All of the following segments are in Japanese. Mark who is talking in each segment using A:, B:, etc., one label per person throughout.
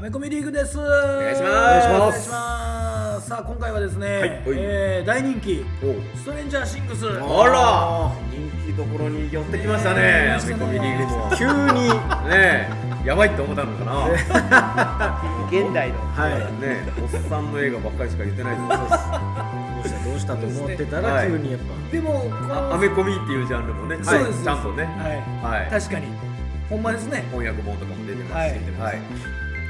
A: メコミリーグですお
B: 願いします
A: お願いしますさあ今回はですね、
B: いおい
A: えー大人気
B: お
A: ストレンジャーシングス
B: あら人気どころに寄ってきましたね
A: ね
B: アメコミリーグも
C: 急に
B: ねえやばいって思ったのかなね
C: 現代の
B: えおっさんの映画ばっかりしか言ってないです
C: どうしたどうしたと思ってた
B: は
C: ら
B: い
C: 急にやっぱ
A: でもこの
B: アメコミっていうジャンルもね
A: そうです、
B: はいちゃんとね
A: はい、
B: はい
A: 確かにほんまですね
B: 翻訳本とかも出てますし
A: はい
B: はい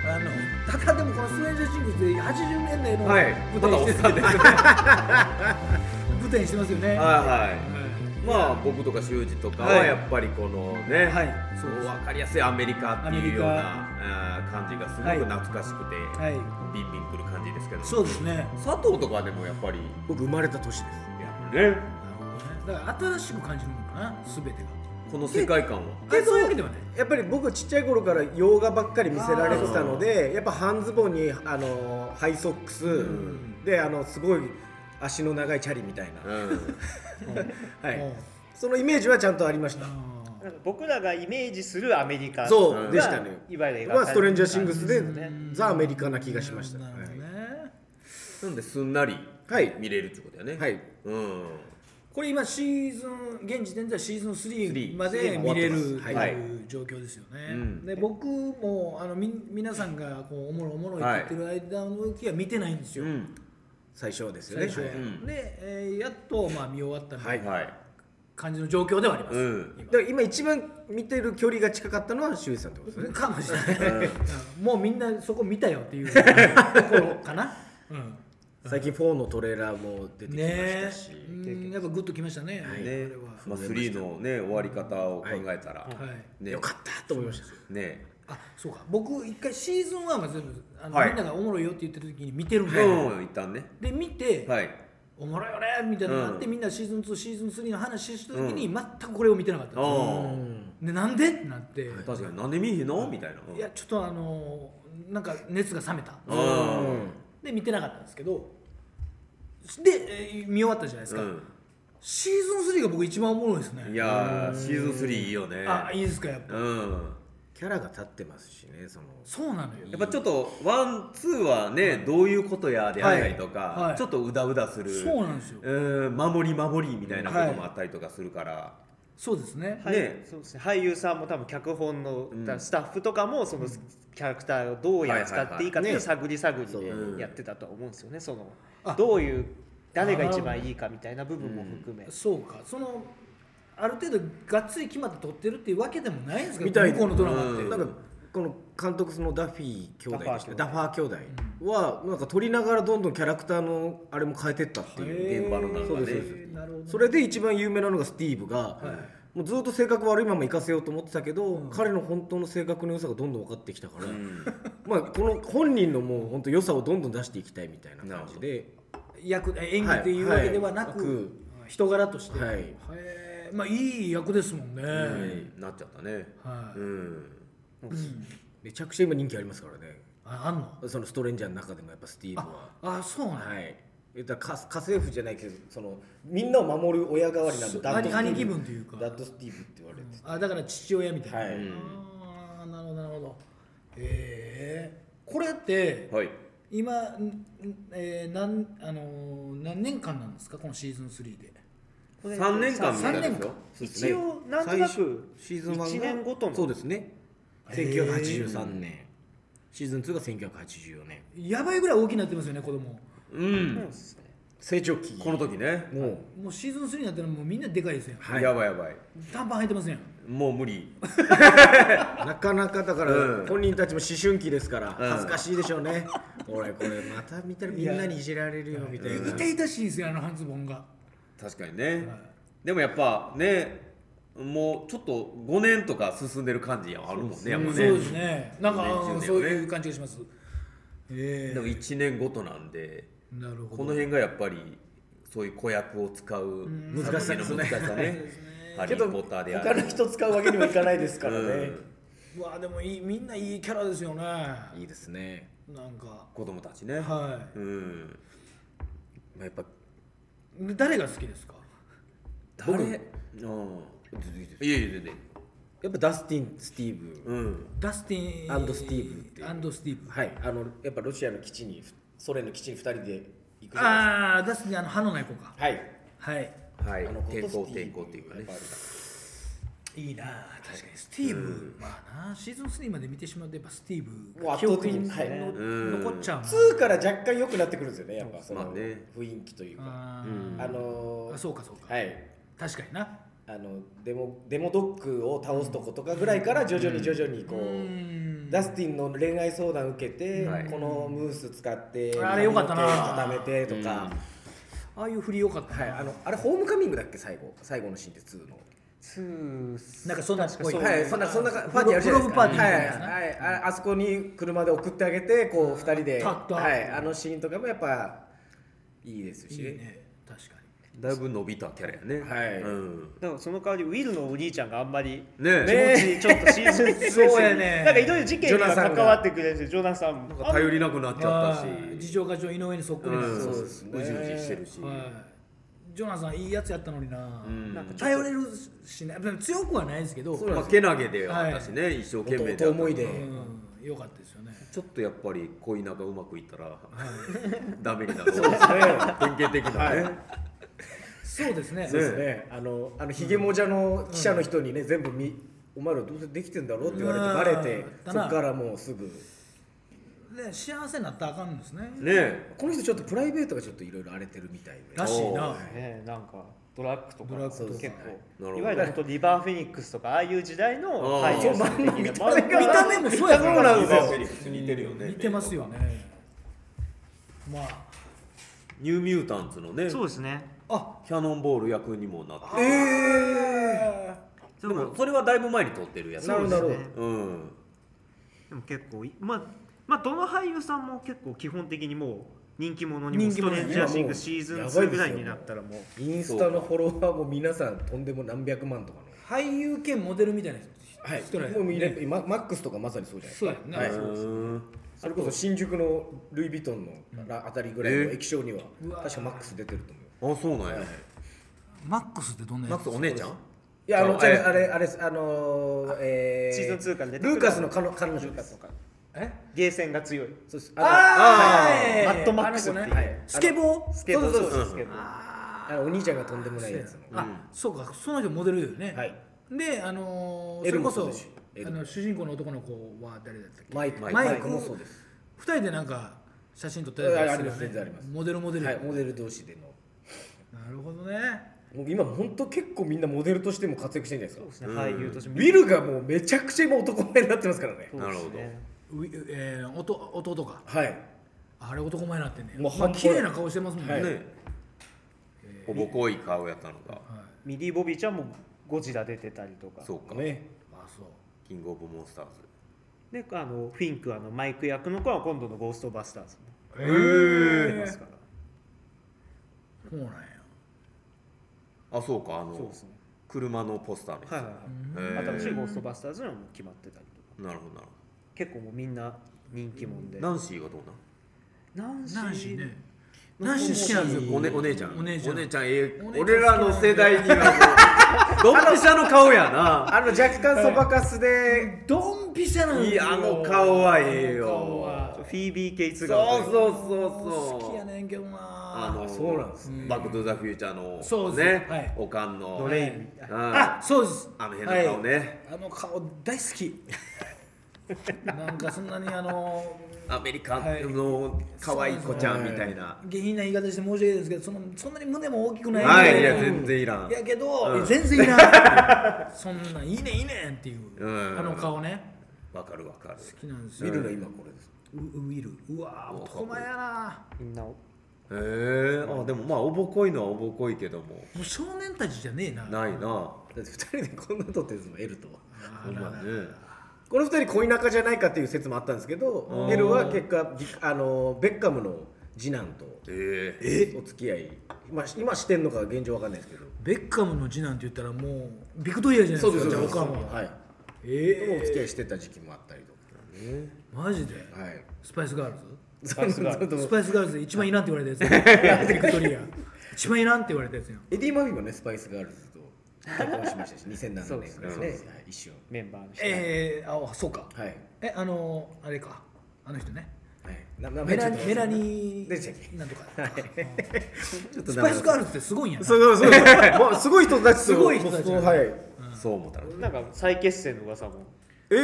A: あのただでもこのストレンジャーシングスで80年代の
B: はい
A: 舞
B: ま
A: 台
B: だ
A: に
B: おっ
A: して,、
B: さんですねは
A: 舞台にしてますよね
B: い
A: は
B: はい
A: い
B: まあ僕とか修二とかは
C: はい
B: やっぱりこのね、
A: はいそうです
B: 分かりやすいアメリカっていうようなあー感じがすご
A: はい
B: く懐かしくて、
A: はい、
B: ビンビンくる感じですけど
A: そうですね
B: 佐藤とかでもやっぱり
C: 僕生まれた年です
B: やっぱね
A: なるほどねだから新しく感じるのかな全てが
B: この世界観は
A: えそういうわけではない
C: やっぱり僕ちっちゃい頃から洋画ばっかり見せられてたのでやっぱ半ズボンにあのハイソックス、
B: ん
C: であのすごい足の長いチャリみたいな、
B: うん
A: う
C: は
A: ん
C: い、そのイメージはちゃんとありました、
A: あ
D: なんか僕らがイメージするアメリカ
C: そううんでしたね
D: いわゆる映画
C: はストレンジャーシングスで、
D: 感じですよね
C: ザ・アメリカな気がしました
A: ー
C: は
A: なるほどね、
B: なんですんなり
C: はい
B: 見れるってことだよね
C: い、はい、
B: うん
A: これ今シーズン現時点ではシーズン3
B: 3
A: まで見れると
C: はい
A: いう状況ですよね、
B: うん
A: で僕もあのみ皆さんがこうおもろいおもろいって言ってる間の時は見てないんですよ、
B: うん
C: 最初ですよ
A: 最
C: ね
A: 初は、
C: はい
B: うん
A: で、えーやっとまあ見終わったみた
B: はいい
A: な
B: はい
A: 感じの状況ではあります、
B: うん
C: だから今一番見てる距離が近かったのは周囲さんってことですね
A: かもしれない、うんもうみんなそこ見たよっていうところかな、うん
C: 最近4のトレーラーも出てきまし
A: ね
C: たし、
A: えうんやっぱグッときましたね、あれ
B: ね
A: は、
B: まあ、3のね終わり方を考えたら、
A: はい
B: ね
C: よかったと思いました
B: ね
A: あそうか僕一回シーズン1は全部あの、
B: はい
A: みんながおもろいよって言ってる時に見てるんで、
B: うん一旦ね
A: で見て、
B: はい
A: おもろいよねみたいなのがあって、
B: うん
A: みんなシーズン2シーズン3の話した時に、全くこれを見てなかったんですよ
B: う
A: でなんでってなって、
B: 確かになんで見えへんのみたいな、うん
A: いやちょっとあのーなんか熱が冷めた、
B: うん
A: で見てなかったんですけどで、えー見終わったじゃないですか、シーズン3が僕一番おもろいです
B: うん、い
A: ね
B: やーシーズン3いいよね
A: あいいですかやっぱ、
B: うん
C: キャラが立ってますしねその
A: そうなのよ
B: やっぱちょっとワンツーはねどういうことやであったりとか、
A: はいはい
B: ちょっとうだうだする
A: そうなんですよ
B: うん守り守りみたいなこともあったりとかするから、
A: そうですね、
B: いね
D: そうですね俳優さんも多分脚本の
B: うん
D: だスタッフとかもそのキャラクターをどうやって使っていいかっていうのを
C: は
D: 探り探り
B: そう
D: でやってたとは思うんですよねその
A: あ
D: どういう誰が一番いいかみたいな部分も含め
A: そうかそのある程度がっつり決まって撮ってるっていうわけでもないんですか
C: みたい
A: 向こうのドラマって、
B: うん
C: なんかこの監督そのダフィー兄弟でした
D: ダ
C: ダファー兄弟はなんか撮りながらどんどんキャラクターのあれも変えてったっていう
B: 現場の中で
A: そう
B: そう
A: で
B: ですす
A: なるほど
C: それで一番有名なのがスティーブが、もうずっと性格悪いまま生かせようと思ってたけど、彼の本当の性格の良さがどんどん分かってきたから、まあこの本人のもう本当良さをどんどん出していきたいみたいな感じで
A: 役え演技っていうわけではなく、
C: はいはい
A: 人柄として、
C: はい
A: へえまあいい役ですもんね、
B: うんなっちゃったね、
A: はい
B: うん
C: めちゃくちゃ今人気ありますからね
A: ああんの
C: そのストレンジャーの中でもやっぱスティーブは。
A: あそうなん、
C: はい言ったら家家政婦じゃないけどそのみんなを守る親代わりなん
A: そう
C: でダッドスティーブ
A: 兄貴分というか
C: ダッドスティーブって言われて
A: あだから父親みたいな、
C: はい
A: あーなるほどなるほどええこれって、
B: はい
A: 今、んんえーなんあのー何年間なんですかこのシーズン3で
D: これ
B: 3年間み
D: さ
B: たいなん
A: 三
B: で
A: 年
B: す
A: 間
B: よ
D: 一応なんとなく
C: シーズン1が
D: 1年ごとの
C: そうですね1983年シーズン2が1984年
A: やばいぐらい大きくなってますよね子供
B: うん
D: そうですね
C: 成長期
B: この時ね、
C: もう
A: もうシーズン3になったらもうみんなでかいですよ
C: はい
B: やばいやばい
A: 短パン履いてません
B: もう無理
C: なかなかだから、
B: うん
C: 本人たちも思春期ですから
B: うん
C: 恥ずかしいでしょうね、俺これまた見たらみんなにいじられるよみたいな
A: 痛々しいですよあの半ズボンが
B: 確かにね、でもやっぱねもうちょっと5年とか進んでる感じやあるもんねやっぱ
A: そう
B: ね
A: ですねなんか、
B: ね
A: うん
B: 10
A: そう
B: だよ
A: い
B: ね
A: う感じがしますえ
B: でも1年ごとなんで
A: えなるほど
B: この辺がやっぱりそういう子役を使う
C: 難しさです
B: 作品の
C: ね
B: 難しさね ハリー・ポッターであ
C: 他
B: る
C: の人使うわけにもいかないですからね、
A: うわでもいいみんないいキャラですよね
C: いいですね、
A: なんか
B: 子供たちね、
A: は
B: うん
C: まあ、やっぱ
A: いで誰が好きですか
B: 誰うんいやいや全然
C: やっぱダスティン・スティーブ、
B: うん
A: ダスティン
C: アンドスティーブっていう
A: アンドスティーブ
C: はいあのやっぱロシアの基地にソ連の基地に2人で行くじゃない
A: ああダスティンあの歯のない子か
C: ですかはい
A: はい
B: はい
C: あの
B: 抵抗
C: コトスティ
B: 抵抗っていうかね
C: やっぱ
A: いいなあ確かにスティーブ、まあなシーズン3まで見てしまってやっぱスティーブ
C: もう
A: が
C: 圧
A: 記
C: 倒
A: 憶
C: 的
A: に
C: に
A: 残
C: はい
B: うん
A: っちゃうもん
C: 2から若干良くなってくるんですよねやっぱそ
B: ま
C: の
B: あね
C: 雰囲気というか
A: あー、
C: あの
A: あ
C: ー
A: そうかそうか、
C: はい
A: 確かにな
C: あのデモデモドッグを倒すとことかぐらいから徐々に徐々にこう、
A: ん
C: ダスティンの恋愛相談受けて、
B: はい
C: このムース使って
A: あれよかったな
C: 髪の毛固めてとか、
A: ああいう振りよかったな、
C: はい、あのあれホームカミングだっけ最後最後のシーンって2の
D: 2
A: なんかそんなっぽい
C: はいそんなそんなかパーティーあるじゃ
A: プ
C: ないですか
A: ロブパーティーみたいなやつな
C: はい、はい、ああそこに車で送ってあげてこう2人で
A: 立った
C: はい、あのシーンとかもやっぱいいです
A: い
C: し
A: いね確か
B: だいぶ伸びたキャラやね
C: はい
B: うん
D: でもその代わりウィルのお兄ちゃんがあんまり
B: ねえ
D: 気持ちちょっとシーズン
A: に
D: 2
A: そうやね
D: なんかいろいろ事件には
C: ジョナサン
D: 関
C: が
D: わってくれるんですよジョナサン
B: な
D: も
B: んか頼りなくなっちゃったし
A: はい事情課長井上にそっくりな、
B: うん
A: は
C: そ
A: いう
C: ですね
B: うじうじしてるし
A: ジョナサンいいやつやったのにな,、
B: ん
A: なんか頼れるしないでも強くはないですけど
B: まあけなげではあったしね一生懸命で
C: 弟思いで
A: うん、よかったですよね
B: ちょっとやっぱり恋仲うまくいったらダメになるそうですね典型的なね
A: そうですね
C: そうですね、あのあのひげもじゃの記者の人にね、全部みお前らどうせできてんだろって言わ
A: う
C: れて
A: ん
C: バレて
A: だ
C: そ
A: な
C: こからもうすぐ
A: ね幸せになったらあかんですね
B: ねえ
C: この人ちょっとプライベートがちょっといろいろ荒れてるみたいで
A: らしいな
B: お
D: ねなんかドラッグと
A: ドラッ
D: か
A: グとか
D: 結
B: なるほ
D: 構
B: ど
D: いわゆる本当リバー・フェニックスとかああいう時代の
B: あー
D: 俳優さん的な
C: そうまあ見た目が
A: 見た目もそうやから
C: そうなんですよ
B: 似てるよね
A: 似てますよねまあ
B: ニューミュータンツのね
D: そうですね
A: あ
B: キャノンボール役にもなって
C: ええ
B: でもそれはだいぶ前に撮ってるやつ
C: なるほどなるほど
B: うん
D: でも結構いまあまあどの俳優さんも結構基本的にもう人気者にも
A: 人
D: ス
A: 気
D: ト
A: 者
D: レ
A: に
D: ンジャーシングスシーズン2ぐらいになったらもう
C: インスタのフォロワーも皆さんとんでも何百万とかの
A: 俳優兼モデルみたいな人らや
C: もう見れ、ママックスとかまさにそうじゃないです
A: そうやんな、
B: う
C: か
B: ーん
C: それこそ新宿のルイ・ヴィトンのらあたりぐらいの液晶には
A: うわー
C: 確かマックス出てると思う
B: あそうなんや
A: マックスってどんな
B: マ
A: や
B: ッ
A: つ
B: クスお姉ちゃん
C: いやあの
B: あ
C: 違う
B: あ
C: あれあれですあのーえー
D: シーズン2から出てくる
C: ルーカスの彼女彼女
D: ルー
C: で
D: カス
C: す
D: とか
A: え
D: ゲーセンが強い
C: そうです
A: あー
D: マッドマックスっていう
A: あの子ねスケボー
D: スケボー
C: そうそう
D: そうですけど
C: あのお兄ちゃんがとんでもないやつの
A: あそうかその人モデルよね、
C: はい
A: であのー、そ
C: エ
A: れ
C: ル
A: こ
C: もそ
A: そう
C: ですエ
A: あ
C: ル
A: の主人公の男の子は誰だったっけ
C: マイク
B: マイク
C: マイクもそうです
A: 二人でなんか写真撮ったりとか
C: あ
A: す
C: あり
A: る
C: ま
A: よ
C: す
A: ね
C: 全然あります
A: モデルモデル、
C: はいモデル同士での
A: なるほどね
C: もう今本当結構みんなモデルとしても活躍してるんじゃないですか
D: そうですね俳優として
C: ウィルがもうめちゃくちゃ今男前になってますからね
D: そうですね
B: なる
A: ういえー、おと弟か
C: はい
A: あれ男前になってんね
C: もう半
A: まあ
C: 端
A: 綺麗な顔してますもんね、
C: は
B: ね
C: い
B: えほぼ濃い顔やったのが
D: ミディ・ボビーちゃんもゴジラ出てたりとか
B: そうか
C: ね
A: あそう
B: キングオブモンスター
D: であのフィンクあのマイク役の子は今度の「ゴーストバスターズ」
B: ズへ
D: で
B: え
D: すから
A: そうなんや
B: あそうかあ
D: そう
B: の
D: ですね
B: 車のポスターの
D: はいは
B: や
D: い
B: へ
D: はい
B: ー
D: 新しい「ゴーストバスターズ」のも決まってたりとか
B: つなるほどなる
D: 結構もうみんな人気者で
B: ほどナンシーはどうなん
D: ナンシ
A: ナンシーね
D: ー
A: ナンシー好きなんですよ
B: おねお姉ちゃん
A: お姉ちゃん
B: ええ
A: お姉ちゃん
B: 俺らの世代にはもうドンピシャの顔やな
C: あの若干そばかすで
A: ドンピシャなんですよ
B: いやあの顔はええよ
A: あの顔は
D: フィービー・ケイツ
B: そう
D: が
B: そうそうそう
A: 好きやねんけどな
B: あの
C: そうなんです
B: バック・トゥ・ザ・フューチャーの
A: そうです
B: ね、
A: はい
B: おかんの
D: ドレイン
B: うん
A: あそうです
B: あの辺の顔ね
A: はいあの顔大好きなんかそんなにあの
B: アメリカの可愛い子ちゃんみたいな、
A: 下品な言い方して申し訳ないですけどそのそんなに胸も大きくない
B: はいい
A: けど
B: や全然いらん
A: やけど、
B: うん
A: え全然いないそんなんいいねんいいねんっていう、
B: うん
A: あの顔ね
B: わかるわかる
A: 好きなんです
C: 見
A: よ
C: るの今これです
A: うウィルうわー男前やな
D: みんなを
B: へえあでもまあおぼこいのはおぼこいけども
A: もう少年たちじゃねえな
B: ないな
C: だって2人でこんな撮ってるんですもんエルと
A: あ
B: ほん
A: ら
B: ま
A: ら
B: ね
C: この2人恋仲じゃないかっていう説もあったんですけどエルは結果ぎあのベッカムの次男と
B: ええ
C: えお付き合い、まあ、今してんのか現状わかんないですけど
A: ベッカムの次男って言ったらもうビクトリアじゃないですかじゃあおかんは、
C: はい
A: え
C: お付き合いしてた時期もあったりと
A: ー、マジで
C: かはい
A: スパイスガール
C: そう そうそ
A: ズス
C: う
A: パイスガールズで一番いらんって言われたやつやビクトリア一番いらんって言われたやつやん
C: エディ・マフィーもねスパイスガールズと結婚しましたし2007年
D: そうです
C: ぐらいですねはい一瞬
D: メンバーの人
A: えー、あそうか
C: はい
A: えあのあれかあの人ね
C: はいな名
A: メ
C: 前ちょ
A: ラ
C: っと
A: メラニ
C: 何でしたっけ
A: ーなんとか
B: ちょっと
A: ス
B: 名前
A: パイスガールズってすごいんやな
C: そうそうそうまあすごい人たちと
A: すごい人たち
C: そうはい
B: そう思ったら
D: なんか再結成の噂も
C: え
D: え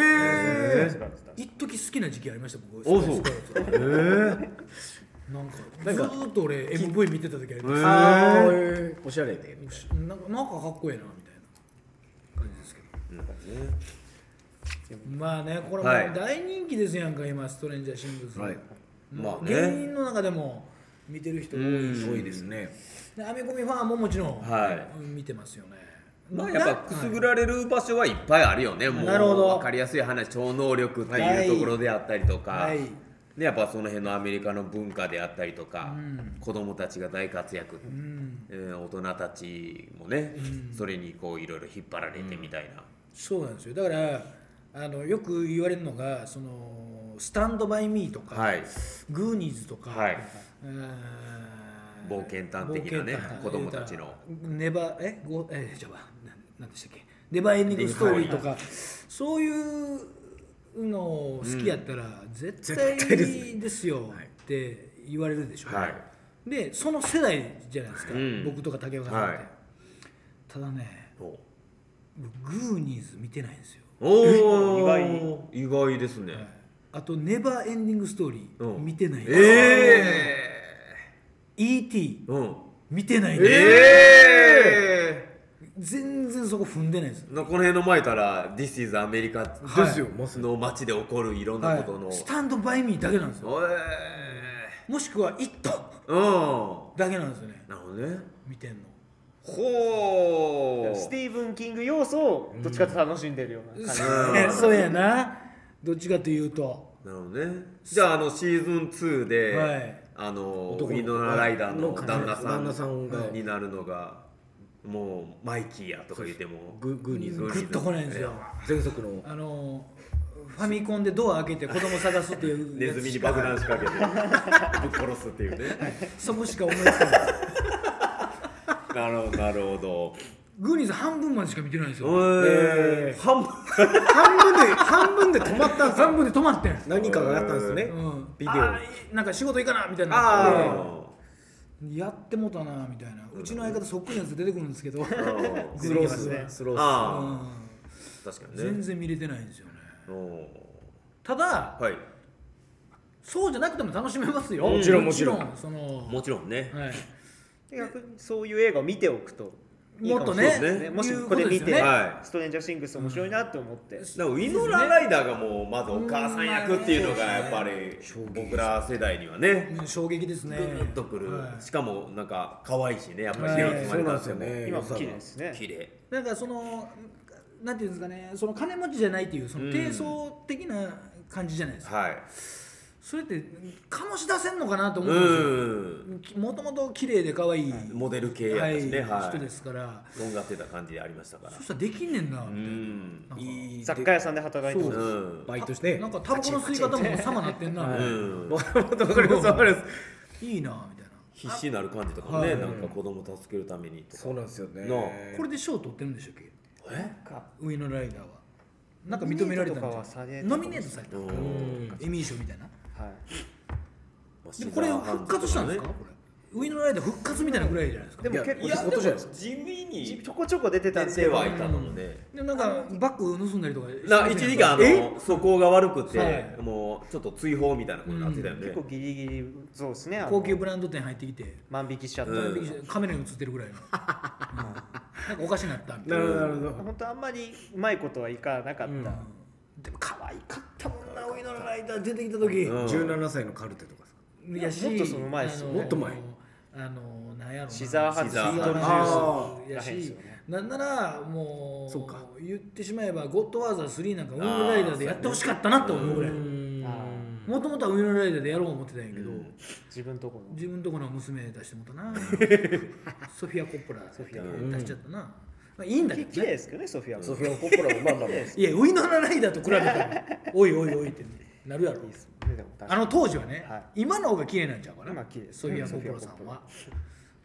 C: え
A: 一時好きな時期ありました僕
B: おそう
A: スパイスガールズなんか
C: なんか
A: ずーっと俺 MV 見てた時ありまし
C: あーえーおしゃれでみたい
A: たなんかなんかかっこいいなみたいな感じですけど
B: なんかね
A: まあねこれも
B: はいう
A: 大人気ですやんか今ストレンジャーシングス、
C: はい
B: まあ
A: 芸
B: ね
A: 人の中でも見てる人多い
B: うん
A: し
C: な多いですね
A: でアメコミファンももちろん、
B: は
A: 見てますよね
B: まあやっぱくすぐられる場所はいっぱいあるよね、もう
A: なるほど
B: 分かりやすい話超能力っていうところであったりとか、
A: はい
B: でやっぱその辺のアメリカの文化であったりとか、
A: うん
B: 子供たちが大活躍、
A: うん
B: えー大人たちもね、
A: うん
B: それにこういろいろ引っ張られてみたいな、
A: そうなんですよだからあのよく言われるのがそのスタンドバイミーとか、
B: はい
A: グーニーズとか、
B: はい
A: うん
B: 冒険探的なね
A: 冒険探
B: 子供たちの
A: ネバえごえじゃあ何でしたっけネバーエンディングストーリーとか、そういうのを好きやったら絶対
C: 絶対です
A: ですよって言われるでしょ、
B: はい
A: でその世代じゃないですか、
B: うん
A: 僕とか竹岡さんって、
B: はい
A: ただね
B: お
A: 僕グーニーズ見てないんですよ
B: お
D: ー
B: 意外意外ですね、
A: あとネバーエンディングストーリー
B: うん
A: 見てないんです
B: え
A: ET
B: えうん
A: 見てないんです
B: え
A: 全然そこ踏んでないです
B: えのこの辺の前から This is America
A: はい
C: ですよまさに
B: の街で起こるいろんなことの、
A: スタンドバイミーだけなんですよ
B: おえ
A: もしくは「イット!
B: うん」
A: だけなんですよね
B: なるほどね
A: 見てんの
B: ほ
D: スティーブン・キング要素をどっちかって楽しんでるような感じ、
B: う ん
A: そうやなどっちかというと
B: なるほどねじゃああのシーズン2で、
A: はい
B: あのウ
C: 男の子
B: ィノナライダーの
C: の
B: 旦那さん
C: 旦那さんが
B: になるのがもうマイキーやとか言っても
C: ググーニーズ
A: グッとこないんですよ
C: 全速の
A: あのファミコンでドア開けて子供探すっていう
B: ネ
A: や
B: ズ
A: つ
B: ミ
A: し
B: に
A: か
B: 爆弾仕掛けてぶっ殺すっていうね
A: そこしか思いつかない
B: なるほどなるほど
A: グーニーズ半分までしか見てないんですよ
B: えー、半分
C: 半分で半分で止まったんですよ
A: 半分で止まってんです
C: 何かがあったんですね
A: うん
C: ビデオ
A: あーなんか仕事行かなみたいに
B: あ
A: なって
B: ー
A: やってもたなみたいなうちの相方そっくりなやつ出てくるんですけど
B: ー
A: 出てきますね
C: スロー
A: う
B: あ
A: ん
B: ー確かに
A: 全
B: ね
A: 然見れてないんですよね
B: お
A: ただ
B: ーはい
A: そうじゃなくても楽しめますよ
B: もちろん
A: もちろ
C: もち
A: んその
B: もちろんね
A: はい
D: で逆にそういう映画を見ておくといいか
A: もっと
D: しれ
A: ね
D: ないです
A: いう
D: もしここで見
A: と
D: て
A: すよね
B: はい
D: ストレンジャーシングス面白いなって思って、
B: だからウィノラライダーがもうまずお母さん役っていうのがやっぱり僕ら世代にはね
A: うん衝撃です
B: グ
A: ね
B: ッとくる
A: はい
B: しかもなんか可愛いしねやっぱり
A: はい
B: ね生ま
C: そ
B: れたん
C: うなんで
B: ですすよ
C: よ
B: ね
C: ね
D: 今も綺麗ですね
B: 綺麗
A: なんかそのなんていうんですかねその金持ちじゃないっていうその低層的な感じじゃないですか、
B: はい
A: それって醸し出せんのかなと思
B: う
A: うんですよ
B: ん
A: もともと綺麗で可愛い、
B: モデル系やっ
A: は
B: た
A: い
B: しねは
A: 人で
B: い
A: すから
B: とんがってた感じでありましたから
A: そしたらできんねんなみたいな、な
B: うん
A: んか
C: いい
D: 雑貨屋さんで働いて
B: う
D: る
B: ん
C: バイトして
A: なんかタバコの吸い方も様なってんな、
B: う
A: み
B: ん
C: わかりますわかりますわかります
A: たいいなみたいな
B: 必死になる感じとか
A: は
B: ね
A: い
B: なんか子供助けるためにとか
C: そうなんですよね
B: なあ
A: これで賞取ってるんでしたっけ
B: え
A: ウィノライダーはなんか認められたんじ
D: ノミネートとかは
A: ゃ
D: さ
A: な
D: れ
A: い
D: た
A: ノミネートされた
B: うん
A: エミー賞みたいな
D: はい
A: でもこれ復活したんですか、これウィノライダー復活みたいなぐらいじゃないですか
D: でも結
C: いや
D: 構
C: ことじゃないですか
B: 地味に
D: ちょこちょこ出てた
B: 出
D: ん
B: て
D: で
B: はいたので、
A: でもなんかバッグ盗んだりとかしてません
B: な一時期あ
A: え
B: の素行が悪くて、
A: はい
B: もうちょっと追放みたいなことになってたよね、
D: 結構ギリギリそうですねあの
A: 高級ブランド店入ってきて
D: 万引きしちゃった、
B: うん
A: カメラに映ってるぐらいの、うんなんかおかしになったみたいな
C: なるほどなるほど
D: 本当あんまりうまいことはいかなかった、
A: でも可愛かったもんなウイノライダー出てきた時、
B: うん
C: 17歳のカルテとかですか
A: いやし
D: もっとその前ですよ
A: あの
C: もっと前
A: あのなんやろな
D: シザーハッ
B: チ
D: チシ
B: シザ
D: ー
B: ーハッチ
D: ドルジュー
C: あ
A: や
D: らへんです
A: し
D: よね
A: なんならもう
C: そうか
A: 言ってしまえば「ゴッドワーザー3」なんかウイノライダーでやってほしかったなと思うぐらい
D: スあー
A: もともとはウイノライダーでやろう思ってたんやけど、
D: 自分とこの
A: 自分とこの娘出してもうた なソフィア・コッポラソフィア出しちゃったな、まあ、いいんだけ
D: 綺
A: ど
D: 麗
A: ね
D: ですけどねソフィアも
C: ソフィア・コッポラもまあまあまあ
A: いやウイノラライダーと比べた らおいおいおいってなるやろ
D: いいですもんねでも確
A: あ
D: かに
A: の当時はね、
D: は
A: 今の方が綺麗なんちゃうかな
D: 今綺麗です
A: ソフィア・コッポラさんは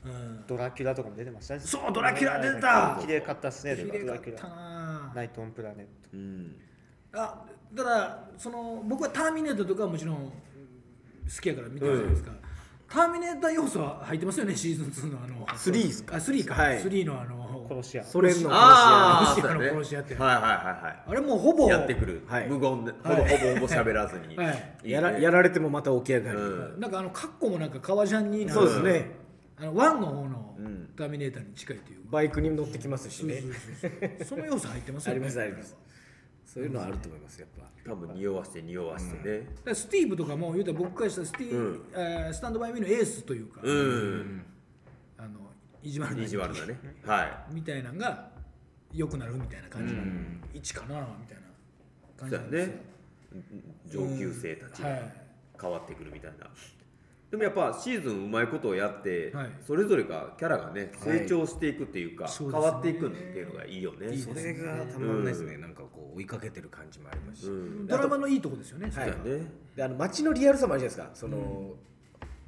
A: うん
E: ドラキュラとかも出てましたね
A: そうドラキュラ出た
E: 綺麗かったっすね
A: 綺
E: ド
A: 麗
E: ラ
A: か
E: キ
A: っ
E: ュ
A: た
E: ラ
A: な
E: ナイト・オン・プラネット
B: うん
A: あただその僕は「ターミネーター」とかはもちろん好きやから見てるじゃないですか、ターミネーター要素は入ってますよねシーズン2のあの
C: 3っすか
A: あ3か、
C: はい
A: 3のあの
E: 殺し屋
C: ソ連の
B: ああ
A: ロシアの
B: そうやね
A: ロシアって
B: はいはいはいはい
A: あれもうほぼ
B: やってくる、
C: はい
B: 無言でほぼほぼほぼ喋らずに、
A: はい
B: いいね
C: やらやられてもまた起き上がり、
B: うん
A: なんかあのカッコもなんか革ジャンになんか
C: そうですね、
A: あのワンの方の
B: うん
A: ターミネーターに近いというか、
C: バイクに乗ってきますし
A: そう
C: ね
A: そうそうそうその要素入ってますよ
C: あ
A: ね
C: りますありますそういうのはあると思いますやっぱ
B: 多分匂わせて匂わせてね
A: だからスティーブとかも言うたら僕からしたらスティー、
B: うん
A: えースタンドバイミーのエースというか、
B: うん、
A: あの意地悪な
B: 意地悪だねは
A: みたいなのが良くなるみたいな感じの位置かなみたいな感
B: い
A: じ
B: そ
A: な
B: うや
A: ん
B: ね
A: ですよ、
B: 上級生たち
A: は
B: が
A: い
B: 変わってくるみたいな、でもやっぱシーズンうまいことをやって、
A: はい
B: それぞれがキャラがね
C: はい
B: 成長していくっていうか、
A: そう
B: 変
A: ですね
B: わっていくっていうのがいいよね
A: いい
C: そ
A: です
C: れ
A: ね
C: がたまんないですね、なんかこう追いかけてる感じもありますし、
B: うん
A: ドラマのいいとこですよね、
B: そうやね、
C: であの街のリアルさもあるじゃないですかその、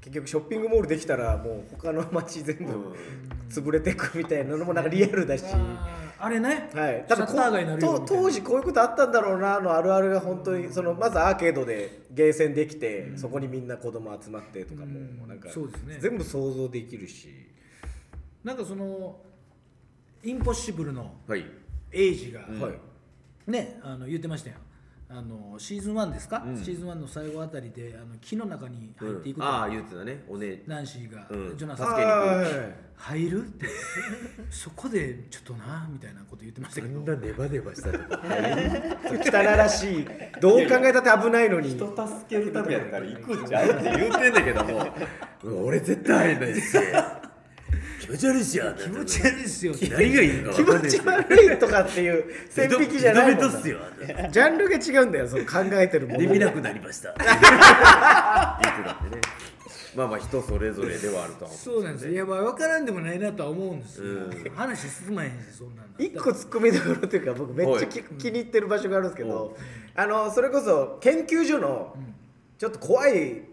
C: 結局ショッピングモールできたらもう他の街全部潰れていくみたいなのもなんかリアルだし、
A: あーあれね、
C: はい、
A: シャ
C: だ
A: ッ
C: こ
A: ター街になるよみたい
C: と
A: な
C: 当時こういうことあったんだろうなのあるあるが本当にそのまずアーケードでゲーセンできて、そこにみんな子供集まってとかも、
A: うん
C: なんか
A: そうですね
C: 全部想像できるし
A: なんかそのインポッシブルの
B: はい
A: エイジが、
C: はい
A: ねあの言ってましたよあのシーズン1ですか、
B: うん
A: シーズン1の最後あたりであの木の中に
B: う
A: 入ってい
B: ん
A: くと、
B: ああ言うてたねおね
A: ナンシーが、
B: うん
A: ジョナサ
B: 助
A: ン
B: けに行く
A: 入るってそこでちょっとなみたいなこと言ってましたけど
B: ネバネバしたとか
C: 汚らしいどう考えたって危ないのに
E: 人助けるため
B: や
E: や
B: っ
E: ったた
B: ら
E: ら
B: 行くんじゃんって言うてんだけどもうん俺絶対入んないですよ気持ち悪いしや
A: 気持ち悪いですよ
B: 何がいいのか
C: 気
B: 分かん
C: 持
B: ない
C: ち
B: し
C: 悪いとかっていう 線引きじゃない
B: 二
C: もん
B: 度
C: な
B: 目とっすよ
C: ジャンルが違うんだよその考えてるも
B: でき
C: の
B: なくなりま した。いくらってね。まあまあ人それぞれではあるとは思
A: そうなんですよいやまあ分からんでもないなとは思うんですよ、
B: う
A: 話進まへんしそんなんだ
C: 一個突っ込みどころというか僕めっちゃき気に入ってる場所があるんですけどあのそれこそ研究所のちょっと怖い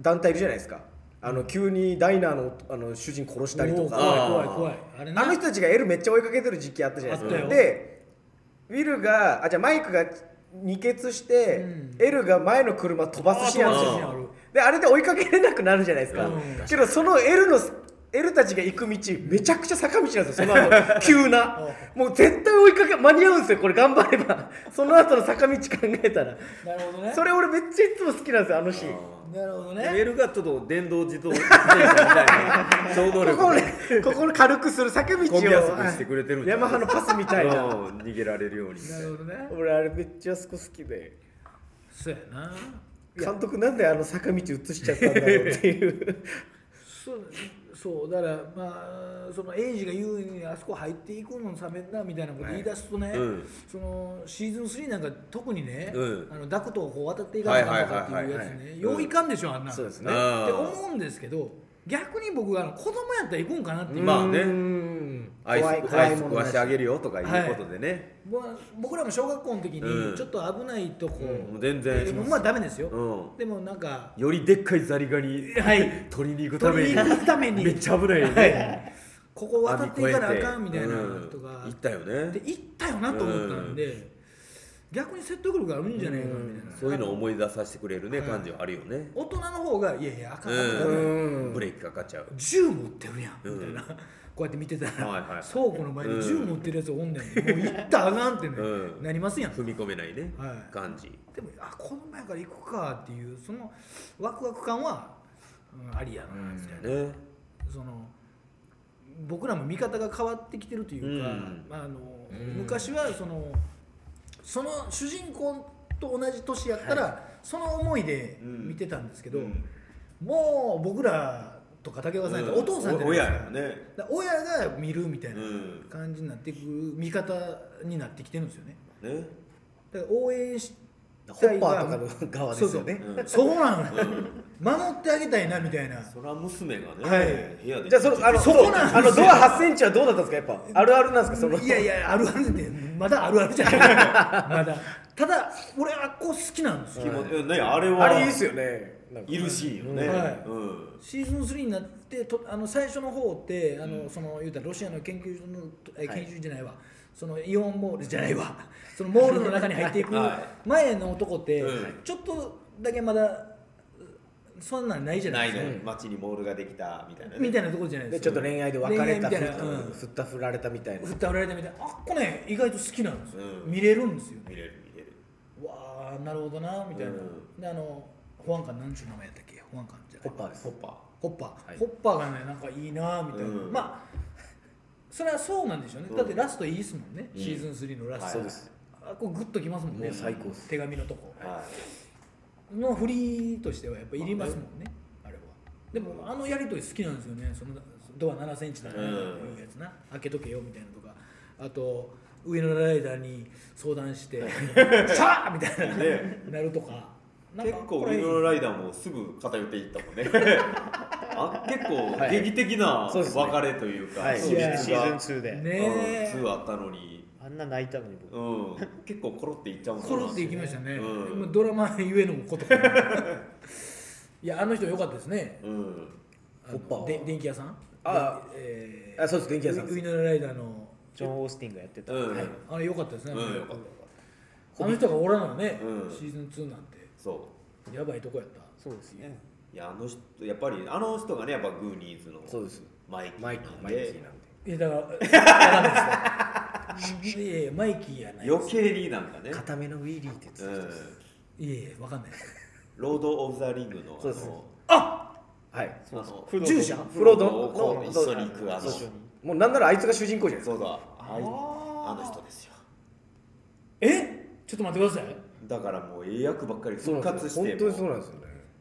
C: 団体いるじゃないですかあの急にダイナーのあの主人殺したりと
A: おー
C: か
A: 怖い怖い怖いあれな
C: あの人たちがエルめっちゃ追いかけてる時期あったじゃないです
A: あった
C: か
A: よ
C: でウィルがあじゃあマイクが二欠して、
A: うん
C: エルが前の車飛ばすシーンあるじゃ
A: あー飛ばすシーンあ
C: ん
A: る
C: であれで追いかけれなくなるじゃないですか、
A: うん
C: けどそのエルのエルたちが行く道めちゃくちゃ坂道なんですよその 後急なもう絶対追いかけ間に合うんですよこれ頑張れ ばその後の坂道考えたら
A: なるほどね
C: それ俺めっちゃいつも好きなんですよあのシーン
A: なるほど
B: メ
A: ね
B: ールがちょっと電動自動自転車みたいな超能
C: こ
B: 力
C: こを
B: が
C: ねここを軽くする坂道を
B: コンビ遊びしてくれてるんじゃ
C: ヤ
B: ない
C: マハのパスみたいな
B: うん逃げられるようにみた
A: ないる
B: な
A: ほどね
C: 俺あれめっちゃあそこ好きで
A: そうやな
C: 監督なんであの坂道映しちゃったんだろうっていう
A: そうそうだからまあそのエイジが言うにあそこ入っていくの冷めんなみたいなこと言い出すとね、
B: うん
A: そのシーズン3なんか特にね、
B: うん
A: あのダクトをこう渡っていかなあかんとかっていうやつ
B: はいはいはいはいは
A: ね
B: い
A: よういかんでしょあんな
C: そうです
A: っ
C: ね
B: あ
A: て
B: ー
A: 思うんですけど逆に僕はあの子供やったら行くんかなっていう、
B: まあね
C: ね
B: アイスアイス壊してあげるよとかいうことでね、
A: まあ僕らも小学校の時
B: うん
A: にちょっと危ないとこ、
B: もう全然
A: でもまあダメですよ、
B: うん
A: でもなんか
B: よりでっかいザリガニ
A: はい
B: 取りに行くため
A: 取り
B: に
A: に行くために
B: めっちゃ危ないよね
A: ここ渡っていかなあかんみたいな
B: うん
A: とか、
B: 行ったよ
A: で
B: ね
A: 行ったよなと思ったんで、逆に説得力があるんじゃないかなみたいな、
B: そういうのを思い出させてくれるね
A: はい
B: 感じはあるよね
A: 大人の方がいやいやあかんあかんあかん
B: うんブレーキかかっちゃう
A: 銃持ってるやん、
B: うん
A: みたいなこうやって見てたら、
B: はいはい
A: 倉庫の前に銃持ってるやつおんねん、もう行ったらあかんってね、
B: うん
A: なりますやん
B: 踏み込めないね
A: はい
B: 感じ
A: でもあこの前から行くかっていうそのワクワク感は、うんありやなみたいな、
B: ね
A: その僕らも見方が変わってきてるというか、
B: うん
A: まあ、あの昔はそのその主人公と同じ年やったら、その思いで見てたんですけど、
B: うん
A: もう僕らとか竹川さんやったらお父さんじゃないですか
B: お親やね
A: だから親が見るみたいな
B: うん
A: 感じになっていく見方になってきてるんですよね
B: ね
A: だから応援し
C: ホ
A: た
C: ッ
A: い
C: パー
A: が
C: とかの側ですよね
A: そうそう,、そうなの、守ってあげたいなみたいな
B: そら娘がね、
A: はい
B: 部屋で
C: じゃあそのあの
A: そこなん
C: あの
A: です
C: ド
A: よ
C: ア8センチはどうだったんですかやっぱあるあるなんですかその
A: いやいやあるあるでまだあるあるじゃないまだただ俺あっこ好きなんですよ、
B: 気持ちねあれは
C: あれいいですよねなんか
B: いるしいよね、
A: はい
B: うん
A: シーズン3になってとあの最初の方ってあの、その言うたらロシアの研究所のえ研究所じゃないわ、そのイオンモールじゃないわそのモールの中に入っていく
B: は
A: 前の男って、
B: うん
A: ちょっとだけまだそんなんないじゃな
B: ないい
A: ですか、
B: ね街にモールができたみたいなね
A: みたいなところじゃないで
C: ですちょ
A: か
C: っと恋愛で別れ
A: 恋
C: た振
A: 愛みたいなうん
C: った振られたみたいな
A: 振っておられたみたいなあっこね意外と好きなんですよ、
B: うん
A: 見れるんですよ
B: 見れる見れる
A: わあなるほどなみたいな、
B: うん
A: であの保安官なんちゅう名前やったっけ保安官じゃない
C: ホッパーです
B: ホッパー
A: ホッパー、
C: はい
A: ホッパーがねなんかいいなみたいな、
B: うん
A: まあそれはそうなんでしょうね、
B: うん
A: だってラストいいですもんね、
B: うん
A: シーズン3のラスト、
B: はいそうです
A: あこうグッときますもんね
C: もう最高っす
A: 手紙のとこ
B: は
A: の振りとしてはやっぱいりますもんね、あれはでもあのやり取り好きなんですよねそのドア7センチだなっていうやつな、開けとけよみたいなとかあと上のライダーに相談して「シャー!」みたいな、
B: ね
A: なるとか
B: い、結構ウイノライダーもすぐ偏っていったもんね あ結構
C: はい
B: 劇的な
C: そうですね
B: 別れというか、
C: はい
B: シリーズ
E: シ
B: が
E: ーズン2で、
A: ねえ
B: うん、2あったのに、
E: あんな泣いたのに僕
B: うん、結構コロっていっちゃうん
A: コロっていきましたね、
B: うん
A: まあドラマゆえのことかな いやあの人良かったですね
B: うん
A: あの
C: ホッパーは
A: で電気屋さん
C: ああ
A: え
C: あそうです電気屋さん
A: ウィウィノライダーの
E: ジョン・オースティンがやってた、
B: うん、
A: あれ良かったですね、
B: うん良かっ
A: あの人がおらんのね、
B: うん
A: シーズン2なんて
B: そ
A: やばいとこやった
E: そうですね
B: ういやあの人やっぱりあの人がねやっぱグーニーズの
C: そうです
B: マイキー
C: マイキーマイキーなん
A: いやだからわかんないですよいやいやマイキーやない
B: 余計になんかね
C: で、固めのウィリーってやつ、
B: うん、
A: いやいやわかんないです
B: ロード・オブ・ザ・リングのあ
C: そうです
B: の
C: はい
B: あの
E: フロード
A: 従者
B: フロードをこう
C: フロー
B: 一
C: ド
B: 緒に行くあの
E: 一緒に
C: もうなんならあいつが主人公じゃないですか
B: そうだあいあの人ですよ
A: えちょっと待ってください
B: だからもう英訳ばっかり復
C: なん
B: 活
C: です
B: し
C: よ
B: て
C: 本当にそう
B: も
C: なんですよね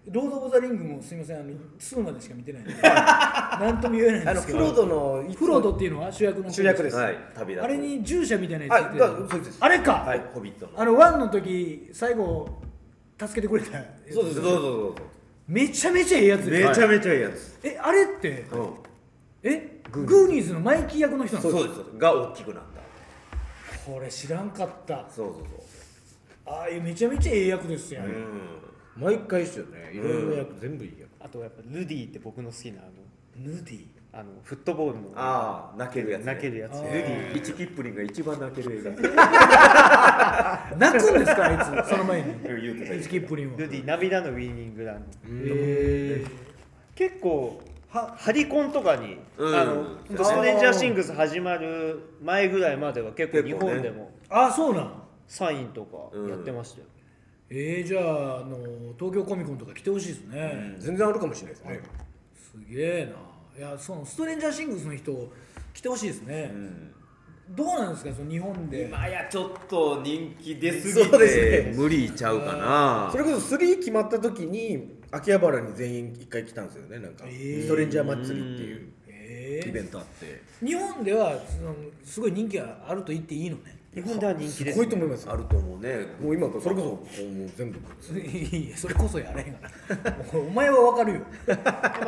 A: ロード・オブ・ザ・リングもすみませんあの2までしか見てないんでなんとも言えない
C: あ
A: んで
C: の
A: すけ
C: フ
A: ど
C: ロードのいつも
A: フロードっていうのは主役の方
C: 主役です
B: はい旅立つ
A: あれに従者みたいな
C: あ
A: やつ
C: だ
A: や
C: か
A: って
C: らそうです
A: あれか、
B: はいホビットの
A: あのワンの時最後助けてくれたやつ
C: そうです
B: そうそうそう
A: めちゃめちゃええやつ
B: そう
A: ですよ、
B: めちゃめちゃいいやつ、
A: えあれって
B: うん
A: えグーニーズのマイキー役の人なん
B: そ
A: で
B: う
A: すか
B: ですそうですが大きくなった
A: これ知らんかった
B: そうそう
A: ああめちゃめちゃええ役ですよ、
B: そう、
C: 毎回ですよねいろいろ役全部いい役
E: あとやっぱルディって僕の好きなあの
A: ヌーディ
E: あのフットボールの
B: ああ泣けるやつ、ね、
E: 泣けるやつ
A: あー
E: ルディ
B: 一キップリンが一番泣ける映画
A: 泣くんですかあいつその 前に
B: 言うてた
A: スキップリンは
E: ルディ涙のウィーニングラン
A: え
E: 結構はハリコンとかに、
B: うん
E: あの
B: うん
E: ストレンジャーシングス始まる前ぐらいまでは結構日
B: 結構ね
E: 本でも
A: ー、ああそうなん
E: サインとかやってましたよ、
A: えー、じゃああの東京コミコンとか来てほしいですね、
C: 全然あるかもしれないですね
A: すげえないやそのストレンジャーシングスの人来てほしいですね、
B: うん
A: どうなんですかその日本で
B: 今やちょっと人気出すぎ
C: そうで
B: て、
C: すね
B: 無理ちゃうかな
C: それこそ3決まった時に秋葉原に全員一回来たんですよねなんか
A: えー
C: ストレンジャー祭りっていう
A: え
C: イベ
A: ー、
C: ントあって
A: 日本ではそのすごい人気があると言っていいのね
E: 日本では人気です
C: すごいと思います
B: あると思うね
C: もう今それこそこうもう全部
A: いやそれこそやれへんがな お前はわかるよ
E: でも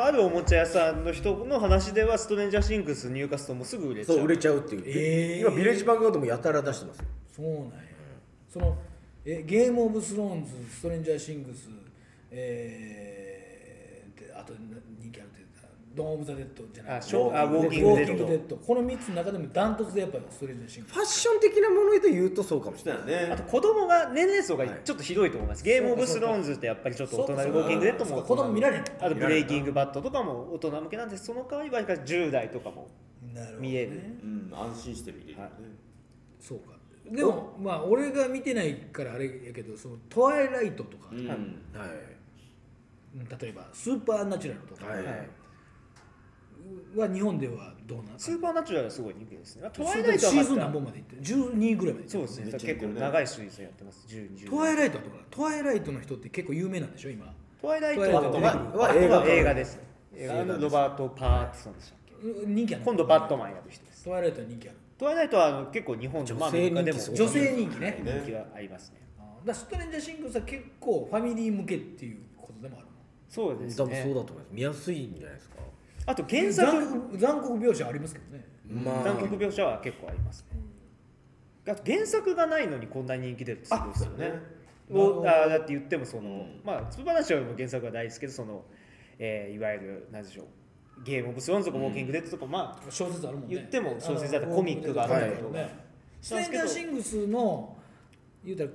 E: あるおもちゃ屋さんの人の話ではストレンジャーシングス入荷するともうすぐ売れちゃ
C: そうう売れちゃうっていう、
A: えー
C: 今ビレッジヴァンガードもやたら出してますよ
A: そうなんや、そのえゲーム・オブ・スローンズストレンジャー・シングスえー、であとな人気あるって言ったドーン・オブ・ザ・デッドじゃない
E: あショーあウォーキン
A: ウ
E: グ
A: ォ
E: デ
A: ーキ
E: ッ
A: ング
E: ド
A: デッドこの3つの中でもダントツでやっぱストレンジャー・シングス
C: ファッション的なもので言うとそうかもし
B: した
C: れ
B: よ
C: ない
B: ね
E: あと子供が年齢層がちょっとひどいと思います、ゲームオブスローンズってやっぱりちょっと大人でウォーキングデッドも
A: そう
E: 大
A: か
E: 人
A: 子供見られへん
E: あとブレイキングバットとかも大人向けなんですその代わりわりかし10代とかも
A: なるほど、
E: 見える
B: うん安心して見れるよね、
E: はい
A: そうかでもまあ俺が見てないからあれやけどそのトワイライトとか、
B: うん
E: はい
C: はい
A: うん例えばスーパーナチュラルとか
C: はい、
E: はい
A: は日本ではどうなん
E: スーパーナチュラルはすごい人気ですね。まあト
A: ト
E: ワ
A: ワ
E: イ
A: イ
E: ラ
A: ラ
E: イ
A: イ
E: ト
A: ト
E: は
A: シー
E: また
A: ズン何本までいってる12ぐらいまで
E: そうですね。
B: めっちゃ
E: 結構長いシーズンやってます。12
A: トワイライトはどうなのトワイライトの人って結構有名なんでしょ今
E: トワイライト
A: トワイライト
E: は
C: は
E: は
C: 映
E: 映
C: 画
E: 画映画です。映画のロバート・パーティソンでしたっけ
A: うん人気ある
E: 今度バットマンやる人です。
A: トワイライトは人気ある
E: トワイライトはあの結構日本でまあアメリカでも
C: 女性人気
A: 女性人気ね
E: 人気がありますね。
A: あーだからストレンジャーシングスは結構ファミリー向けっていうことでもあるの
E: そう
C: 多
E: で
C: 分
E: す
C: そうだと
E: ね。
C: 思います見やすいんじゃないですか
E: あと原
A: 残
E: 作
A: 酷残酷描写ありますけどね
C: まあ
E: 残酷描写は結構ありますね。だって原作がないのにこんなに人気出るってすごいですよね。
A: そうだね
E: をあだって言ってもその、
B: うん
E: まあつぶ話よりも原作が大好きですけどその、えーいわゆる何でしょうゲームオブスローンズとかウォーキングデッドとか、まあ
A: 小説あるもんね
E: 言っても小説だったらコミックがあるんだけど
A: はい
E: そ
A: ス
E: う
A: レ
E: です
A: ン
E: け
A: ダ
E: ど
A: ーシングスの言うたら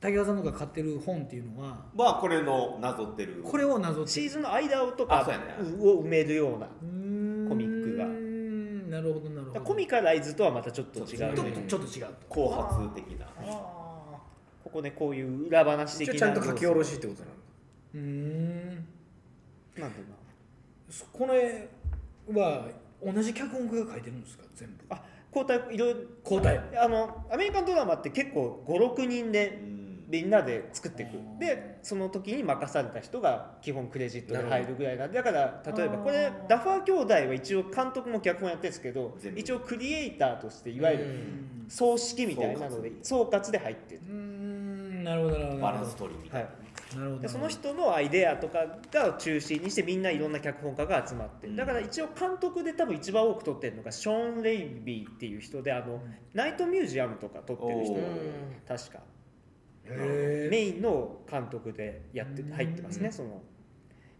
A: 滝川さんとか買ってる本っていうのは
B: まあこれのなぞってる
A: これをなぞって
E: シーズンの間をとか
B: あそうやね
E: うを埋めるようなだか
A: うーん
E: コミックが
A: なるほどなるほど
E: らコミカライズとはまたちょっと違う
A: ち
E: の
A: ょっ
E: で
A: とちょっと違うと
B: 後発的な
A: あ
E: ここねこういう裏話的
C: 一
E: な
C: 応ちゃんと書き下ろしってことなの
A: ーうーん
E: なんていうの
A: そこれは同じ脚本家が書いてるんですか全部
E: あ交代いろいろ
A: 交代
E: あのアメリカンドラマって結構56人
B: う
E: で
B: ん
E: みんなで作っていく
A: うん
E: でその時に任された人が基本クレジットで入るぐらいなんでだから例えばこれダファー兄弟は一応監督も脚本やってるんですけど
B: 全部
E: 一応クリエイターとしていわゆ
A: う
E: る
A: ん
E: 葬式みたいなので総括で入ってる
A: うーんなるほどなるほど
B: バランス取りみたいな
A: なるほどなるほど
E: でその人のアイデアとかが中心にしてみんないろんな脚本家が集まって
B: うん
E: だから一応監督で多分一番多く撮ってるのがショーン・レイビーっていう人であのナイトミュージアムとか撮ってる人
B: おー
E: 確か
A: へー
E: メインの監督でやって
A: うん
E: 入ってますねその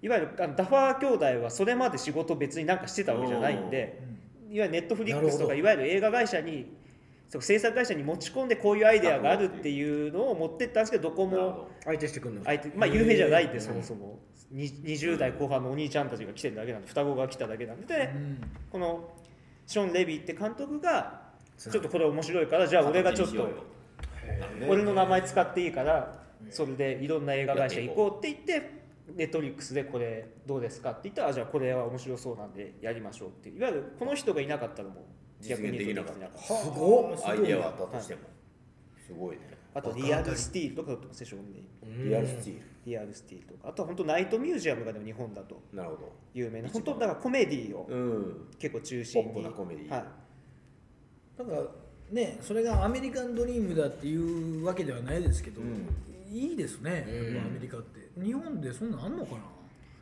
E: いわゆるあのダファー兄弟はそれまで仕事別になんかしてたわけじゃないんでいわゆるネットフリックスと
C: なるほど
E: かいわゆる映画会社にそう制作会社に持ち込んでこういうアイデアがあるっていうのを持ってったんですけどどこ
B: なる
E: も
B: ほ
C: 相手してくんの
E: 相手まあ有名じゃないん
A: へ
E: で
A: ー
E: そもそもに20代後半のお兄ちゃんたちが来てるだけなんで双子が来ただけなんで
A: う
E: で
A: ん
E: このショーン・レビーって監督が
C: ち
E: ちょっとこれ面白いからじゃあ
B: ど
E: 俺がちょっ
B: 形にしよ
E: と
B: うよなるほどね
E: 俺の名前使っていいからそれでいろんな映画会社行こうって言ってネットフリックスでこれどうですかって言ったらあじゃあこれは面白そうなんでやりましょうっていういわゆるこの人がいなかったのも逆に言うとできてなかった
A: すごっ
B: アイデアがあったとしてもすごいね
E: あとリアルスティールとかだと思うんですよショーンレイビ
B: リアルスチー
E: ーリアルスティールとかあとは本当ナイトミュージアムがでも日本だと
B: ルなるほ
E: 有名な
B: 一番
E: 本当だからコメディを
B: ど うん
E: 結構中心に
B: ポップなコメディ
E: はい、
A: なんかねそれがアメリカンドリームだっていうわけではないですけど、
B: うん
A: いいですねやっぱ
C: うん
A: アメリカって日本でそんなんあんのかな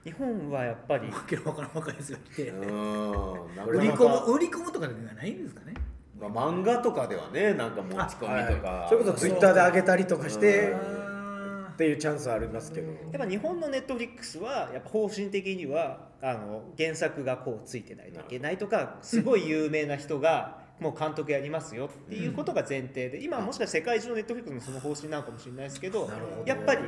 E: 日本はやっぱり
A: わけのわからん若いやつが来て
B: うーんなかなか
A: 売り込む売り込むとかではないんですかね
B: まあ漫画とかではねなんか持ち込みとか
C: それこそツイッターで上げたりとかして
A: あ
C: っていうチャンスはありますけど
E: やっぱ日本のネットフリックスはやっぱ方針的にはあの原作がこうついてないといけないとかすごい有名な人がもう監督やりますよっていうことが前提で今もしかしたら世界中のネットフリックスもその方針なのかもしれないですけどやっぱり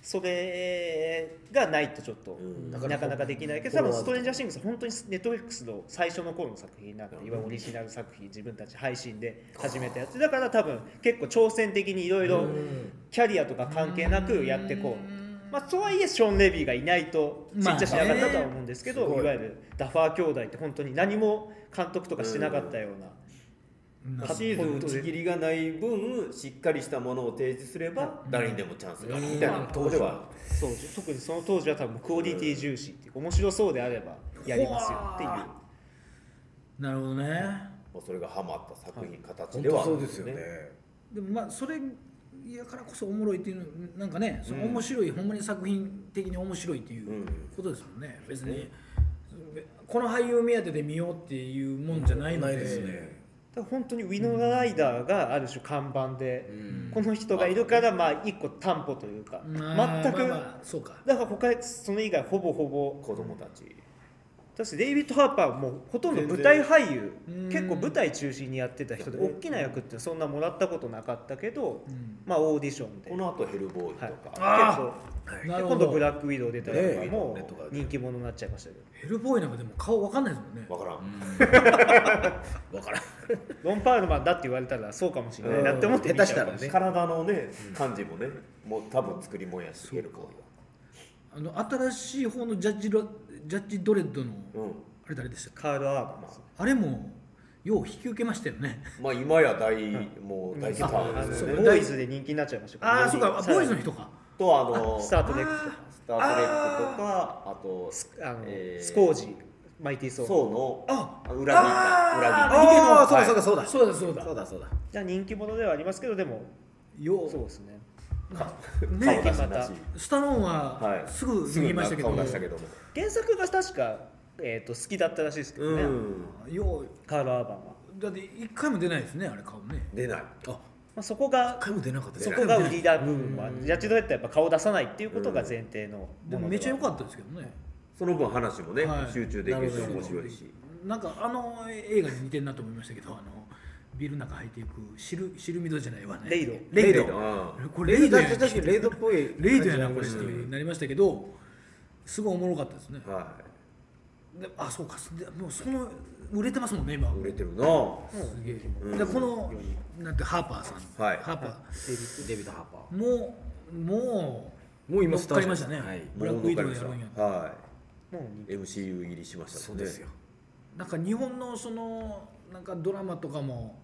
E: それがないとちょっと
B: うん
E: なかなかできないけど多分ストレンジャーシングスは本当にネットフリックスの最初の頃の作品なんでいわゆるオリジナル作品自分たち配信で始めたやつだから多分結構挑戦的にいろいろキャリアとか関係なくやってこう。まあ、とはいえショーン・レビーがいないとちっちゃしなかったとは思うんですけど、
C: まあね
E: いわゆるダファー兄弟って本当に何も監督とかしてなかったような、
A: な
B: シーズン打ち切りがない分しっかりしたものを提示すれば誰にでもチャンスがあるみたいなところでは
E: そう特にその当時は多分クオリティ重視っていうか面白そうであればやりますよっていう
A: ほわなるほどね
B: もうそれがハマった作品形
C: 本
B: で
C: 当
B: はあ
C: そ
B: る
C: うんですよね
A: でもまあそれやからこそおもろいっていうのなんかねその面白い、ほんまに作品的に面白いっていう
B: うん
A: ことですもんね別にこの俳優目当てで見ようっていうもんじゃないので
C: ないですね
E: だから本当にウィノラ・ライダーがある種看板で、
C: ん
E: この人がいるからまあ一個担保というか、
A: まあ
E: 全く、
A: まあまあそうか
E: だから他その以外ほぼほぼ
B: 子供たち
E: 私デイビッド・ハーパーはもうほとんど舞台俳優
A: 全然
E: 結構舞台中心にやってた人で
B: うん
E: 大きな役ってそんなもらったことなかったけど、
A: うん
E: まあオーディションで
B: こ
E: はい
B: のあとヘルボーイとか
A: あ
E: 結
A: な
E: 構で
A: るほ
E: 今度ブ
A: ど
E: ラックウィドウ出たりとか
C: ね
E: も
B: ネットが
E: 人気者になっちゃいましたけど
A: ヘルボーイなんかでも顔わかんないですもんね
B: わからん
C: 分からん
E: ロン・パールマンだって言われたらそうかもしれないなって思って見ちゃう
C: 下手したらね
B: 体のね感じもねもう多分作りもんやしヘルボー
A: あの新しい方のジャッジロジャッジドレッドの
B: イは
A: あれ誰でしたっ
E: カール・アーバンです
A: けあれもよう引き受けましたよね
B: うんまあ今や大もう大スタ
E: あ
B: ーですよ
E: の
B: ね
E: ボーイズで人気になっちゃいましたから
A: ああそうか
E: さら
A: ボーイ
E: に
A: ズの人か
B: とあの
E: スタートレックとか
B: スター・トレックとかあと
E: スあの
B: えー
E: スコージマイティー・ソー
B: そうの
A: あ
B: 裏切った裏切っ
C: ああ
B: た
C: そうだ
B: はい
C: そうだそうだ
A: そうだそうだ
C: そうだそうだ
E: じゃあ人気者ではありますけどでも
A: よ
E: そう
A: う
E: ですね
A: ね
E: 最近また
A: スタローン
B: は
A: はいすぐ脱ぎましたけど,、
B: すぐ顔出したけども
E: 原作が確か、えー、と好きだったらしいですけどね、
B: うん
A: よう
E: カール・アーバンは。
A: だって一回も出ないですねあれ顔ね
B: 出ない
C: あ
E: まあ、そこが
C: 一回も出なかった
E: そこが売りだ部分はジャッジドレッドはやっぱ顔出さないっていうことが前提のもの
A: でもめちゃ良かったですけどね
B: その分話もね、
A: はい
B: 集中できるし
C: なるほど
B: 面白いし
A: なんかあの映画に似てるなと思いましたけどあのビルの中入っていく汁汁緑じゃないわね
E: レイド
A: レイド
B: あ
A: これレ
C: レ
A: イ
C: イ
A: ド
C: ド
A: やん
C: 確かにレイドっぽい
A: レイドやなこれっ
C: 感
A: て
C: じなんですね
A: なりましたけどすごいおもろかったですね
B: あは
A: であそうかでもうその売れてますもんね今
B: い売れてるなあ
A: すげえ、
B: ん
A: でこのなんてハーパーさん、
B: はい
A: ハーパ
C: デビッド・ハーパー
A: ーもうもう
C: もう今
A: 乗っかりましたね、
C: スターじゃない
A: ブラックウィドウやるんや
B: たは
E: もう
B: い MCU 入りしましたもんね
A: なんか日本のそのなんかドラマとかも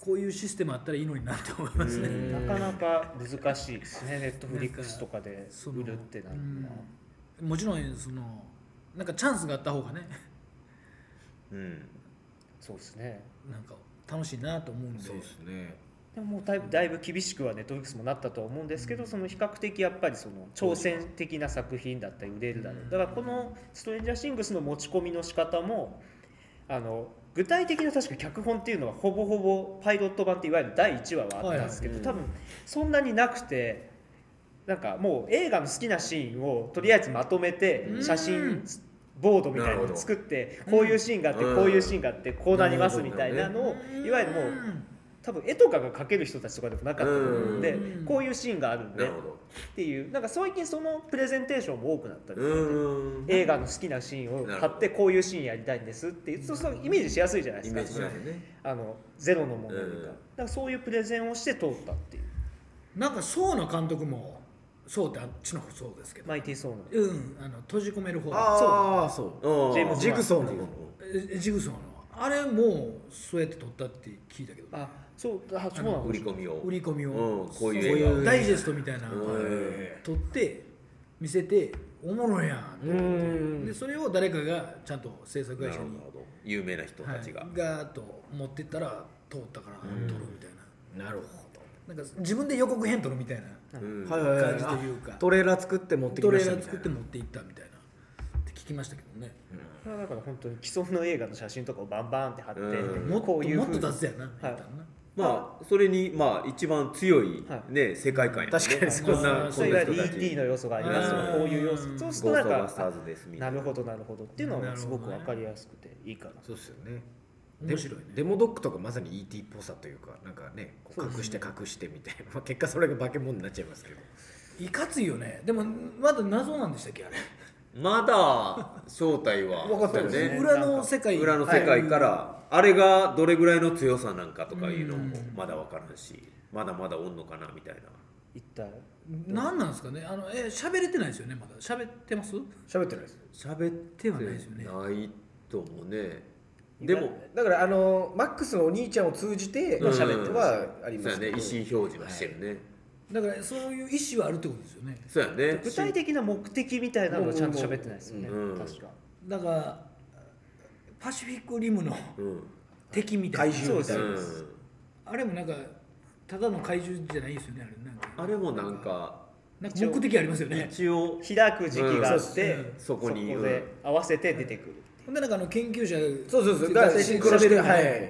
A: こういうシステムあったらいいのになって思いますね
E: なかなか難しいですねネットフリックスとかで
A: その
E: 売るってなるのは
A: うんもちろんそのなんかチャンスがあった方がね
B: うん
E: そうですね
A: なんか楽しいなと思うんで
C: そうですね
E: でももうだいぶだいぶ厳しくはネットフリックスもなったとは思うんですけど、その比較的やっぱりその挑戦的な作品だったり売れるだろう、だからこの「ストレンジャーシングス」の持ち込みの仕方もあの具体的な確か脚本っていうのはほぼほぼパイロット版っていわゆる第1話はあったんですけど、
B: はい
E: 多分そんなになくてなんかもう映画の好きなシーンをとりあえずまとめて
A: うん
E: 写真ボードみたいなのを作ってこういうシーンがあって
B: うん
E: こういうシーンがあってこうなりますみたいなのをいわゆるもう多分絵とかが描ける人たちとかでもなかったと思うんで
A: うん
E: こういうシーンがあるん
B: な
E: でっ
B: るほど
E: ていうなんか最近そのプレゼンテーションも多くなったり
B: うーん
E: 映画の好きなシーンを買ってこういうシーンやりたいんですって言うとそうそうイメージしやすいじゃないで
B: イ
E: す
B: メ
E: か
B: ージしますね
E: あのゼロのものより
B: うん
E: かだからそういうプレゼンをして通ったっていう
A: なんかそうの監督もそうってあっちの方そうですけど、
E: マイティー・ソーの
A: うんあの閉じ込める方
C: ああそう
B: うん
E: ジェームズ
C: ジグソーの
B: うん
A: えジグソーのあれもそうやって撮ったって聞いたけど
E: あそうあそうなん
B: 売
E: だ
B: り込みを
A: 売り込みを、
B: うんこういう
A: そう
B: 映画
A: ダイジェストみたいなのを
B: へ
A: 撮って見せておもろいやんって
C: うーん
A: でそれを誰かがちゃんと制作
B: な
A: 会
B: る
A: 社
B: ほど
A: に
B: なるほど有名な人
A: は
B: た
A: い
B: ちが、
A: ガーッと持ってったら通ったから撮るみたい
C: なるほ
A: ななんか自分で予告編撮るみたいな
B: うん
C: どはいはいはい
A: 感じというか
C: あトレーラー作って持ってき
A: ト
C: ま
A: レ
C: した
A: ーラ
C: み
A: ー
C: たい
A: 作っ
C: な
A: て持って行ったみたいなって聞きましたけどね、
E: これはだから本当に既存の映画の写真とかをバンバンって貼って
B: うん
A: もっと
E: こういう
A: もっ
E: ふう
A: と
E: に
A: 雑やな、みたいな
B: まあそれにまあ一番強い
E: は
B: ね、世界観やね
C: 確かにそん
A: ま
C: な
A: あ
E: そういわゆる ET の要素がありますよ
A: うん
E: こういう要素そうする
B: ゴ
E: と
B: ー
E: な
B: ス
E: ん
B: トバスタ
E: か
B: ーズですみた
E: ないる
B: な
E: ほどなるほどっていうの
A: な
E: は
A: る
E: す
A: ほ
E: ご
A: どね
E: く分かりやすくていいかな
C: そうですよね
A: 面白いね
C: デモドックとかまさに ET っぽさというかなんかねこう隠して隠してみたいな、 まあ、結果それが化け物になっちゃいますけど
A: いかついよねでもまだ謎なんでしたっけあれ
B: まだ正体は
C: 分かってるね
B: ね
A: 裏の世界
B: 裏の世界から、あれがどれぐらいの強さなんかとかいうのもまだ分からんしまだまだおんのかなみたいな
E: 一体
A: 何なんですかねあのえ喋れてないですよねまだ喋ってます
C: 喋ってないです
B: 喋って
A: はないですよね
B: ないともねでも
C: だからあのマックスのお兄ちゃんを通じて
B: うん
C: 喋ってはあります
B: そうやね意思表示はしてるね、
A: だからそういう意思はあるってことですよね
B: そうやね
E: 具体的な目的みたいなのをちゃんと喋ってないですよね
B: うん
E: 確か
A: だからパシフィックリムの
B: うん
A: 敵みたいな
C: 怪獣
A: そう
C: み
A: です
C: た
B: う
C: い
A: ねあれ
C: なん
A: もなんかただの怪獣じゃないですよねあれなんか
B: あれもなんか
A: なんか目的ありますよね
B: 一応
E: 開く時期があって、
A: うん
B: そうそうそこに
E: で合わせて出てくる、
A: ほんでなんかあの研究者
C: そうそうそう
A: だか
C: だからら
A: シ
C: シ
A: ン
C: ン
A: ク
C: ク
A: ロ
C: ロ
A: し
C: してて
A: る
C: る
A: は
C: はいい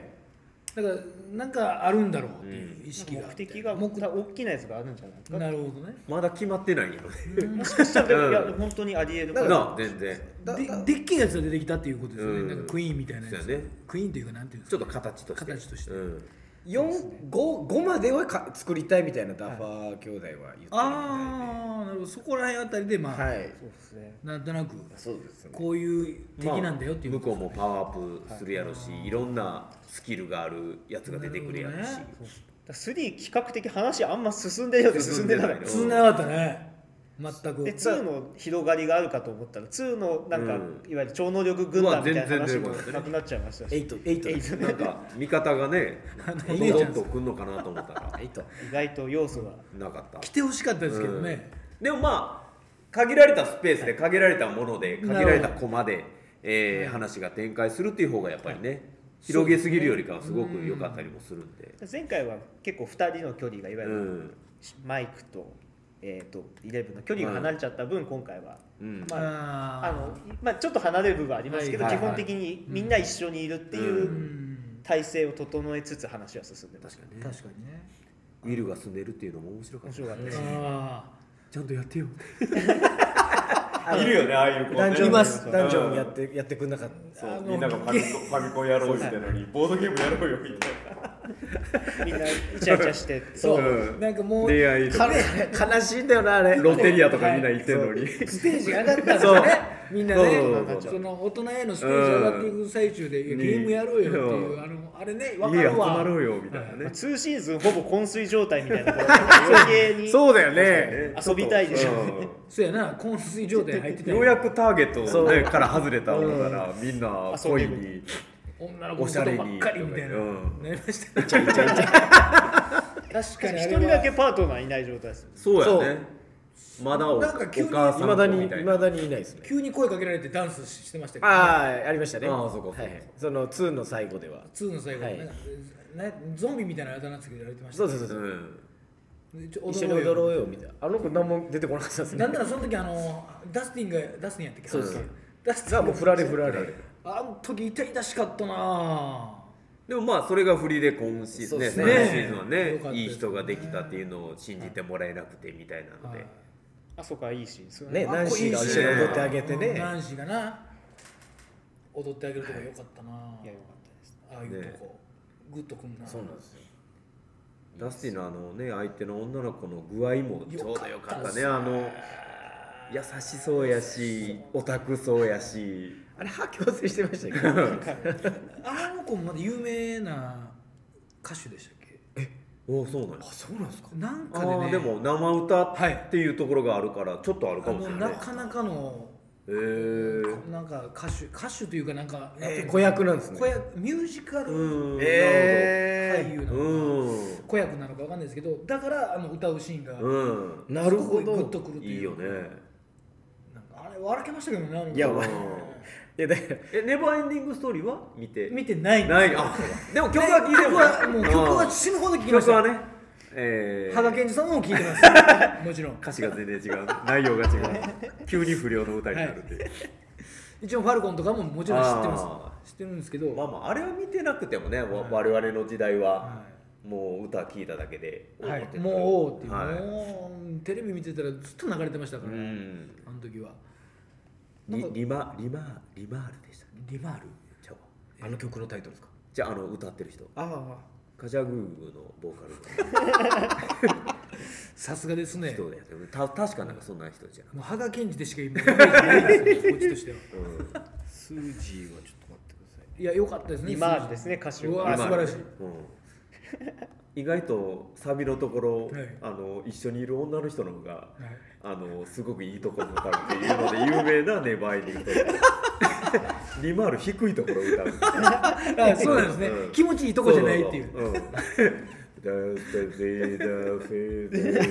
A: だからなんかあるんだろうっていう意識
E: 目
A: があって、
E: 的が
A: 目
E: 目的大きなやつがあるんじゃないか
A: なるほどね
B: まだ決まってないよね
E: もしかしたら、
B: うん
E: いや本当にありえるか ら
B: なあ全然
C: だだ
A: ででっけえやつが出てきたっていうことですよね、
B: うん
A: なんかクイーンみたいなやつ、
B: そうやね
A: クイーンというかなんていうんで
B: ちょ
A: す
B: っ
A: か
B: と形として
A: 形として
B: うん
C: 4 5 5まではか作りたいみたいなダファー兄弟は言ってるみたい
A: ああなるほどそこら辺あたりでまあ、
C: ではい
E: そうですね
A: なんとなく
C: そうですね
A: こういう敵なんだよっていう
B: まあ
A: こと
B: 向こうもパワーアップするやろし、い、ろんなスキルがあるやつが出てくるやろし
A: なるほ
E: そうだから3比較的話あんま進んでるようで進んでない
B: 進んでない
A: 進んでなかったね全く
E: で2の広がりがあるかと思ったら2のなんか、
B: うん
E: いわゆる超能力軍団みたいな話も
B: うわ全然出てこなかったね
E: なくなっちゃいましたし
C: 8 8
E: エイ
C: で
E: ト
C: す
E: ね
B: なんか味方がね
A: の
B: ドドッとくんのかなと思ったら
C: 8
E: 意外と要素が
B: なかった
A: 来てほしかったですけどね、
B: でもまあ限られたスペースで限られたもので限られたコマで、えー話が展開するっていう方がやっぱりね、広げすぎるよりかはすごく良かったりもするんで
E: 前回は結構2人の距離がいわゆ
B: う
E: る、
B: ん、
E: マイクと,、えー、とイレブンの距離が離れちゃった分、今回は
B: うん
E: ま
A: あ
E: あの、まあ、ちょっと離れる部分はありますけど、
B: はい
E: 基本的にみんな一緒にいるって
A: う
E: いうん体制を整えつつ話は進んでます
B: 確かにね
A: 確かにね
B: ウィルが住んでるっていうのも面白かっ
E: 面
B: た
E: 白かったです
A: あ
B: ちゃんとやってよ
F: いるよねああいう子
C: ダンジョン
F: ね
C: います
F: うん
C: ダンジョンやってやってくんなかった
F: そう
A: あの
F: みんながファミコンファミコンやろう言ってのにボードゲームやろうよみたいな
E: みんなイチャイチャして
A: あそう、
B: うん
A: なんかもう
B: 恋愛とか
C: 悲しいんだよなあれ
B: ロッテリアとかみんな行ってんのに
A: ステージが上がったんですよねみんなね
B: そうそう
A: その大人へのステージ上がっていく最中で、いやゲームやろうよっていう、
B: うん
A: あのあれね分か
B: 家集
A: るわ
B: まろうよみたいなね
E: 2シーズンほぼ昏睡状態みたいなところだったから余計に
C: そうだよね
E: 遊びたいでしょ
A: そうやな昏睡状態入って
B: う
A: た
B: ん
A: よ
B: ようやくターゲットをねから外れたものからみんな恋に
A: 女の子
B: お
A: の
B: しゃ
A: こ
B: れに
A: とばっかりみたいな、
B: うん
A: なりましたね確かにあ
E: 一
A: れ
E: 人
A: は
E: だけパートナーいない状態ですよ
B: そうやねまだおお
A: なんか急に
B: 母
C: い
B: さん
C: まだ
B: と
C: に
B: み
C: い
B: たい
C: ま
B: な
C: だにいないですね
A: 急に声かけられてダンスしてましたけど、
C: ああありましたね
B: ああそうかそうか
C: はいはい、その2の最後では
A: 2の最後、
C: はい
A: なんかねゾンビみたいなあだ名つけてられてました
C: そう
A: ね
C: そうそう
B: う
C: そうん
A: ちょ
C: 一緒に踊ろうよみたいなあの子何も出てこなかったですね
A: なんならその時あのダスティンがダスティンやったっけ
C: そうです
A: ダスティン
C: がもう振られ振られ
A: あの時痛々しかったなあ
B: でもまあそれが振りで今シーズ
C: そう
B: ン
C: で
B: ね
C: すね
B: 今シーズンは
A: よかった
B: ね
A: ですね
B: いい人ができたっていうのを信じてもらえなくてみたいなので
E: あそこはいいシーンですよね
C: ね
A: あ
C: ナンシーが一緒に踊ってあげて
A: うん
C: ね
A: ナンシーがな踊ってあげるとこよかったなあ
E: いやよかったです
A: ああいうとこグッとくんな
C: そうなんですよ
B: ダスティのあのね相手の女の子の具合もちょうどよか
A: よかっ
B: ったた
A: っす
B: ねあの優しそうやしオタクそうやし
C: あれは強制してましたけど
A: あの子もまだ有名な歌手でしたっけ
B: おおそうなんや
C: そうなんですか
A: なんか
B: あ
A: でね
B: ーでも生歌っていうところがあるからちょっとある
A: あ
B: かもし
A: の
B: れない
A: なかなかの
B: へー
A: なんか歌手歌手というかなんか、
C: えー子役なんですね
A: 子役ミュージカル
B: うん
A: 俳優
B: な
A: な
B: る
A: のか、
B: ほどうん
A: 子役なのかわかんないですけどだからあの歌うシーンが、
B: うん
C: なるほ
A: すごいグッと
C: ど
A: くるという
B: いいよね
A: なんかあれ笑けましたけどねあの
C: い や
A: うん
C: わいやだから
B: えネバーエンディングストーリーは見て
A: 見てないんです
B: ないあでも曲は聴いて
A: 曲はもう曲は死ぬほど聴きまし
B: 曲
A: た
B: は
A: よ
B: ねえ
A: 羽賀
B: ー
A: 健二さんも聴いてます もちろん
B: 歌詞が全然違 う内容が違う急に不良の歌になるっていう、
A: 一応ファルコンとかももちろん知ってま
B: あ
A: す知ってるんですけど、
B: まあまああれは見てなくてもね、わ我々の時代はもう歌聴いただけで、
A: はい、もうっていう、
B: はい
A: もうテレビ見てたらずっと流れてましたか
B: う
A: ら、
B: ん
A: あの時は
B: リ
A: なんか
B: リマリマリマールでした
A: リマール
B: じゃあ
C: あの曲のタイトルですか
B: じゃああの歌ってる人
C: ああ
B: カジャグーグーのボーカルの
A: さすがですね
B: 人だよねた確かなんかそんな人じゃな
A: もう羽賀健二でしか今イメージないですよこっちとしては
C: スージーはちょっと待ってください
A: いや良かったですね
E: リマールですね歌手
A: う
E: は
A: わあ
B: リマ
A: 素
B: ー
A: 晴
B: ル
A: らしい
B: うん、意外とサビのところ、
A: はい
B: あの一緒にいる女の人の方が、あのすごくいいところ歌うっていうので有名なネバーエンディングとリマール低いところ歌う
A: あそうなんですね、
B: うん
A: 気持ちいいとこじゃないっていう
B: そうそうそううん Does the wind feel the
A: うん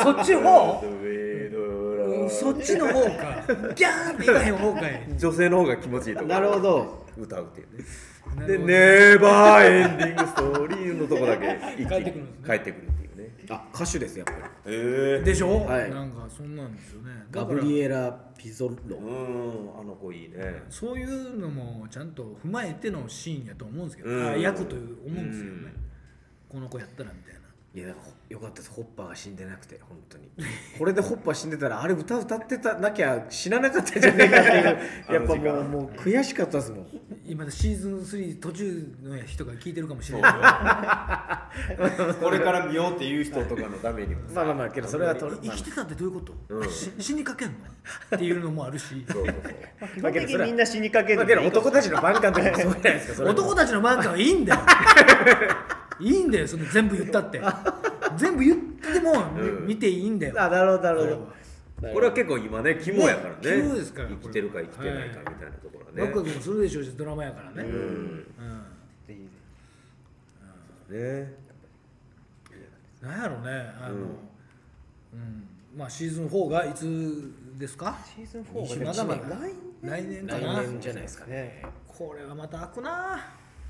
A: そっちの方
B: wind
A: うんそっちの方かギャーンって言わへん方かい
B: 女性の方が気持ちいいところ
C: なるほど
B: 歌うっていうね
A: なる
B: で
A: ほど
B: ネバーエンディングストーリーのとこだけ一
A: 帰
B: 気
A: ってくる
B: に
A: んですね
B: 帰ってくるっていうね
C: あ歌手ですやっぱり
F: え
A: でしょ、
C: はい
A: なんかそんなんですよね
C: ガ
A: だか
C: ブ
A: ら
C: リエラ・ピゾ
B: う
C: ロ
B: んあの子いいね
A: そういうのもちゃんと踏まえてのシーンやと思うんですけど、
B: うん
A: あ役という思うんですけどね、この子やったらみたいない
C: やよかったですホッパーが死んでなくて本当にこれでホッパー死んでたらあれ歌歌ってたなきゃ死ななかったんじゃねえかって いうやっぱもうもう悔しかったですもん
A: 今シーズン3途中の人が聞いてるかもしれない
F: ーこれから見ようっていう人とかの
B: ダメにも
C: まあまあまあけどそれはとる
A: 生きてたってどういうこと、
B: うん
A: し死にかけんのっていうのもあるし
B: そうそうそう
E: 基本的にみんな死にかけ
C: ま
E: る
C: あけど男たちのバンカンとかもそうじゃないですかそれは
A: 男たちの漫画はいいんだよ いいんだよその全部言ったって全部言っても、
B: うん
A: 見ていいんだよ
C: あなるほどなるほど
B: これは結構今ね肝やからね
A: 肝ですから
B: 生きてるか生きてないかみたいなところ
A: ワクワ
B: はね
A: クもするでしょうしドラマやからね、
B: うん
A: うん
B: ね
A: なんやろねあの、うんまあシーズン4がいつですか
E: シーズン4がね
A: まだまだ
E: 来
A: 来年か
C: 来
A: な
C: 年じゃないですか
E: 年ね
A: これはまた開くな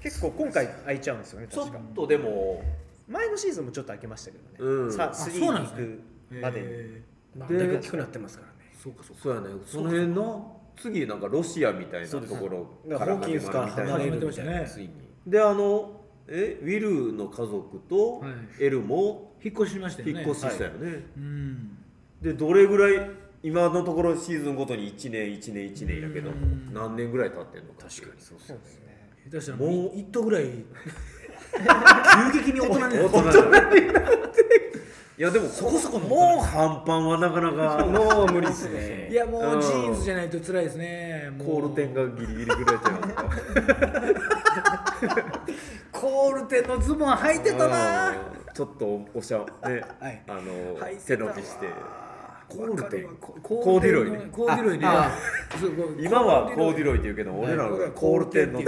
E: 結構今回開いちゃうんですよね
B: ちょっ
E: 確か
B: とでも
E: 前のシーズンもちょっと開けましたけどね、
B: うん
E: さあ
A: あ
E: 3に
A: そうなん
E: 行
A: ですね
E: くまでに、
A: え
C: まああんだけ大きくなってますからね
A: ーそうかそうか
B: そうやねその辺の次なんかロシアみたいなところから
C: ホーキンスから
B: 始まるみたいな
A: 離れるみたいな
B: ついにであのえウィルの家族と
A: はい
B: エルも
A: 引っ越しましたよ
B: 引
A: ね
B: っ越ししたよね、
A: うん
B: でどれぐらい今のところシーズンごとに1年1年1年やけど
A: うん
B: 何年ぐらい経ってんのか確かにそう
E: そうですね
A: 下手したら
B: も
A: も
B: う
A: う一頭ぐらい急激に大人になる
B: 大人になっていやでもそこそこもう半端はなかな か
C: もう無理ですね
A: いやもううんジーンズじゃないと辛いですねもう
B: コール店がギリギリぐらいちゃいますか
A: コール店のズボン履いてたな
B: うんちょっとおしゃね、
A: はい
B: あの
A: 履いて
B: 背
A: た
B: 伸
A: わ
B: びして
A: コール店コ
B: コーディロイね
A: コーディロイね
B: あ
A: そうこう
B: 今はコーディ
A: ロ
B: ロイって言うけど
A: イ
B: 俺ら
A: はい
B: はコ
A: コ
B: ー
A: ー
B: ル
A: ル店
B: テン
A: の
B: の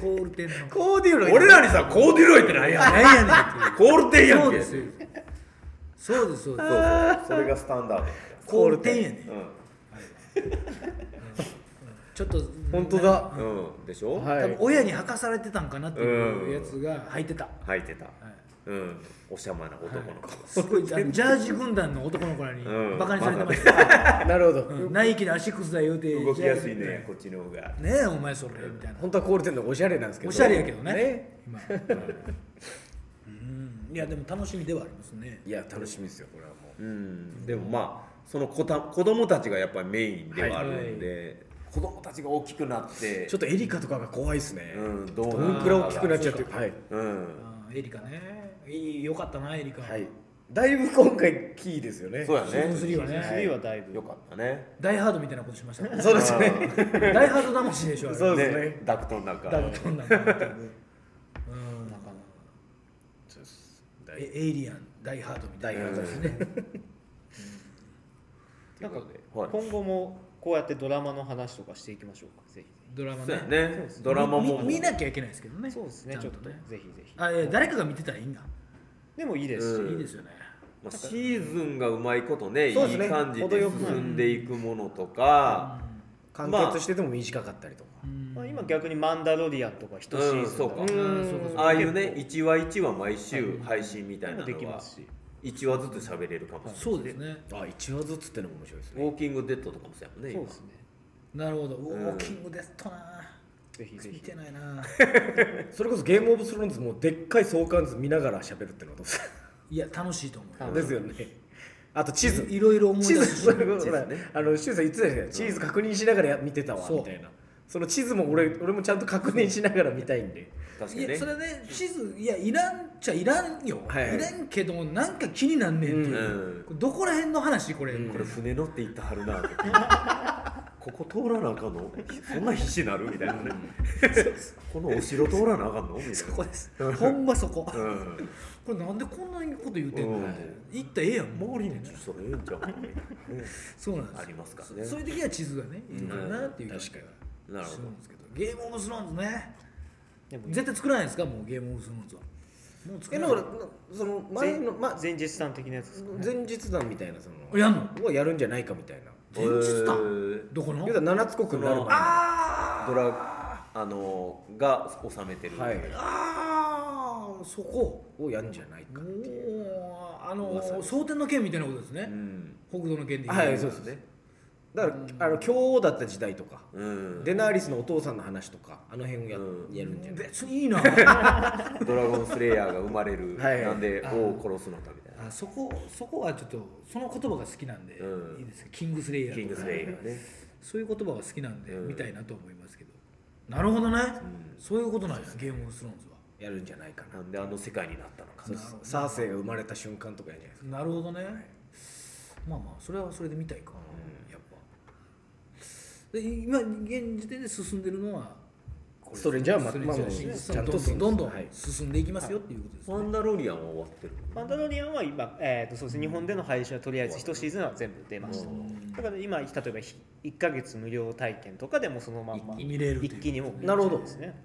A: コール店の
B: コーディロイ俺らにさコーディロイってなんや
A: 何やねんっていう
B: コールテンや
A: そ
B: ん
A: う
B: け
A: ですよそうですそうです
B: そうそうそれがスタンダードやから
A: コール店やねちょっと
C: 本当だ
B: うん、うん、でしょ、
C: は
A: 多
C: い
A: 分親に履かされてたんかなっていうやつが履いてた、
B: 履いてた、
A: はい
B: うんおしゃまな男の子、
A: すごいあ のジャージ軍団の男の子らに
B: うん
A: バカにされてました、
C: なるほど、
A: うんナイキの足靴だ言うて
B: 動きやすいねこっちの方が
A: ねえお前それみたいな
C: 本当はコールテンの方がおしゃれなんですけど
A: おしゃれやけどね今うんいやでも楽しみではありますね
C: いや楽しみですよこれはもう
B: うんでもまあその子た子供たちがやっぱりメインではあるんで、子供たちが大きくなって
C: ちょっとエリカとかが怖いですね、
B: うん、どう
C: ど
B: るの
C: ん
B: か
C: くらい大きくなっちゃってはい、
B: うん
A: あーエリカねいいよかったなエリカ、
C: はい、だいぶ今回キーですよね
B: そうや
A: シーズン3
B: ね
A: はね、
E: 次はだいぶ
B: よかったね
A: ダイハードみたいなことしましたね
C: そうですね
A: ダイハード魂でしょあれ
C: そうですね
B: ダクトの中
A: ダブトンなんかなってうんえエイリアンダイハードみたいなことですね
E: なんか
B: はい
E: 今後もこうやってドラマの話とかしていきましょうかぜひ
A: ドラマ
B: そうや
A: ね
B: ねドラマも
A: み見なきゃいけないですけどね
E: そうですね
A: ゃん
E: ち
A: と
E: ょっとねぜひぜひ
A: あいや誰かが見てたらいいんだ
E: でもいいで
B: う
E: す
B: ん
E: し
A: いいですよね
B: まあシーズンがうまいことね
C: そうですね
B: いい感じ
C: 程
B: で
C: よく
B: 進んでいくものとか、
C: 完結してても短かったりとか、
A: うん
E: まあ今逆に「マンダロリアン」とか一シーズン
B: うんそ
E: とか
A: あーそうかそうか
B: ああいうね1話1話毎週配信みたいなの
E: できま
B: は
E: すし
B: 1話ずつ喋れるかもしれない、
A: そうですね
C: あ1話ずつってのも面白いです
B: ウォーキングデッドとかもそうやもんね
E: そう
B: 今
E: ですね
A: なるほどウ
B: ん
A: ォーキングデッドな
E: ぜひぜ
A: 見
E: ひ
A: てないな
C: それこそゲームオブスローンズもでっかい相関図見ながら喋るってのはどうですか
A: いや楽しいと思うよ
C: ですよねあと地図
A: いろいろ思い
C: 地
A: 出
C: 図
A: すし
C: それこ
B: 地
C: そ
B: 図
C: ほら
B: ね
C: あのシュウさん言ってたじゃない地図確認しながらや見てたわ
A: そう
C: みたいなその地図も俺俺もちゃんと確認しながら見たいんで
B: 確か
A: い
B: にね
A: やそれね地図いやいらんっちゃいらんよ、
C: はいはい
A: い、らんけどなんか気になんねんっていうう、
B: ん
A: これどこら辺の話これ、
B: これ船乗って行ってはるなここ通らなあかんのそんな必死なるみたいなね このお城通らなあかんのみたいな
A: そこですほんまそこ、
B: う
A: こ
B: ん
A: れなんでこんなこと言うてんの、
B: うん
A: 行ったらええやんもう
B: 周りにそれええんちゃうかみたいなね
A: そうなんです
B: ありますからね
A: そそういう時は地図がねいいかなっていう気が
C: 確か
B: なるほ
A: するんですけどゲームオブスローンズね
E: でも
A: 絶対作らないですかもうゲームオブスローンズはもう作
C: え
A: ら
C: だ
A: な
C: か
A: い
C: らその前の、ま、
E: 前日さん的なやつですかね
C: 前日談みたいなその
A: やんの
C: はやるんじゃないかみたいな
A: 前日だ
B: えー
A: どこの
C: 要は7つ国になる
B: その
C: 前
B: ドラあのが収めてる、
C: はい
A: ああそこ
C: をやるんじゃないか
A: おーあの
B: 噂
A: ー
B: です
A: 蒼天の剣みたいなことです
B: う
A: ね、
B: ん
A: 北斗の剣で言
C: はいそうですねだからあの教王だった時代とか
B: うん、
C: デナーリスのお父さんの話とかあの辺をや,、
B: うん
C: やるんじゃない
A: 別にいい な
B: ドラゴンスレイヤーが生まれる
C: はい
B: なんで王を殺すのかみたいな
A: あそこそこはちょっとその言葉が好きなんで、
B: うん
A: いいですねキングス レイヤー
B: キングスレイヤ
A: ー
B: ーね
A: そういう言葉が好きなんで、
B: うん
A: 見たいなと思いますけどなるほどね、そういうことなんですゲームオブスローンズは
C: やるんじゃないかな
B: なんであの世界になったのか
C: そうそうサーセイが生まれた瞬間とかやるんじゃないですか
A: なるほどね、まあまあそれはそれで見たいかな、やっぱで今現時点で進んでるのはこれ
C: ストレンジャーはま
A: ストレンジャー
C: まあ
A: シリーズ
C: ちゃんと進んで
A: どんどんどんどん
C: はい
A: 進んでいきますよっていうことですね、
B: マンダロリアンは終わってる
E: マンダロリアンは今、えーとそうですね、日本での配信はとりあえず1シーズンは全部出ました、だから今例えばひ1か月無料体験とかでもそのまんま
A: 一気に見れるという
E: 一気にもう
C: なるほど
E: ですね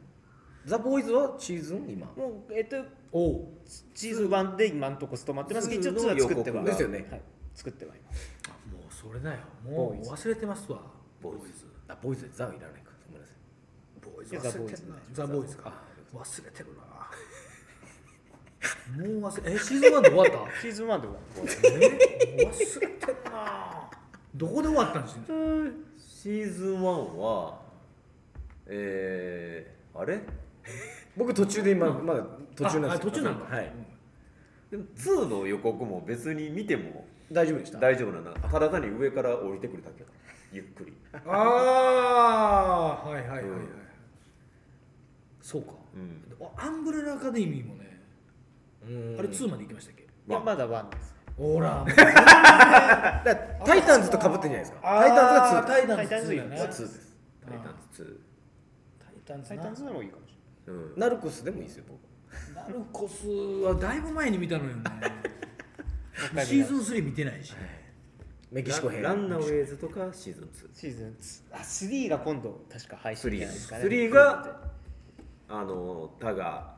C: ザ・ボーイズはシーズン今
E: もうえっ、と
A: おお
E: シーズン1で今のとこ務まってますけど一応
B: 普通
E: 2
B: の
E: は作って
B: 予
E: は
B: 告
C: ですよね
E: はい、作ってはいます
A: あもうそれだよもう忘れてますわ
B: ボーイズ
C: あボーイズでザはいらないかごめんなさい
A: ボーイズ
E: いや
A: 忘れてるなザ・ボーイズか忘れてるなもう忘れえシーズン1で終わ った
E: シーズン1では
A: えもう忘れてるなどこで終わったんですか
B: シーズン1はえー、あれ
C: 僕途中で今、まだ途中なんです
A: ああ途中なんだ
C: はい、
B: でも2の予告も別に見ても
C: 大丈夫でした
B: 大丈夫なのただ単に上から降りてくるだけだゆっくり、
A: ああはいはいはいはい、
B: うん
A: そうか
B: うん
A: アンブレラアカデミーもね
C: うん
A: あれ2まで行きましたっけ
E: いやまだワンです
A: ほらもう
C: だからタイタンズと被ってんじゃないですかタイタンズが2
A: タイタンズが2だね
B: 2ですタイタンズ
A: タイタンズ
E: タイ
A: な
E: タンズでもいいかもしれ
B: 2、うん、
C: ナルコスでもいいですよ僕
A: ナルコスはだいぶ前に見たのよね
E: ない
A: シーズン3見てないし、
C: メキシコ編
B: ランナーウェイズとかシーズン
E: ないシーズン2あ3が今度確か配信じゃないですかね
B: 3が2あのタガ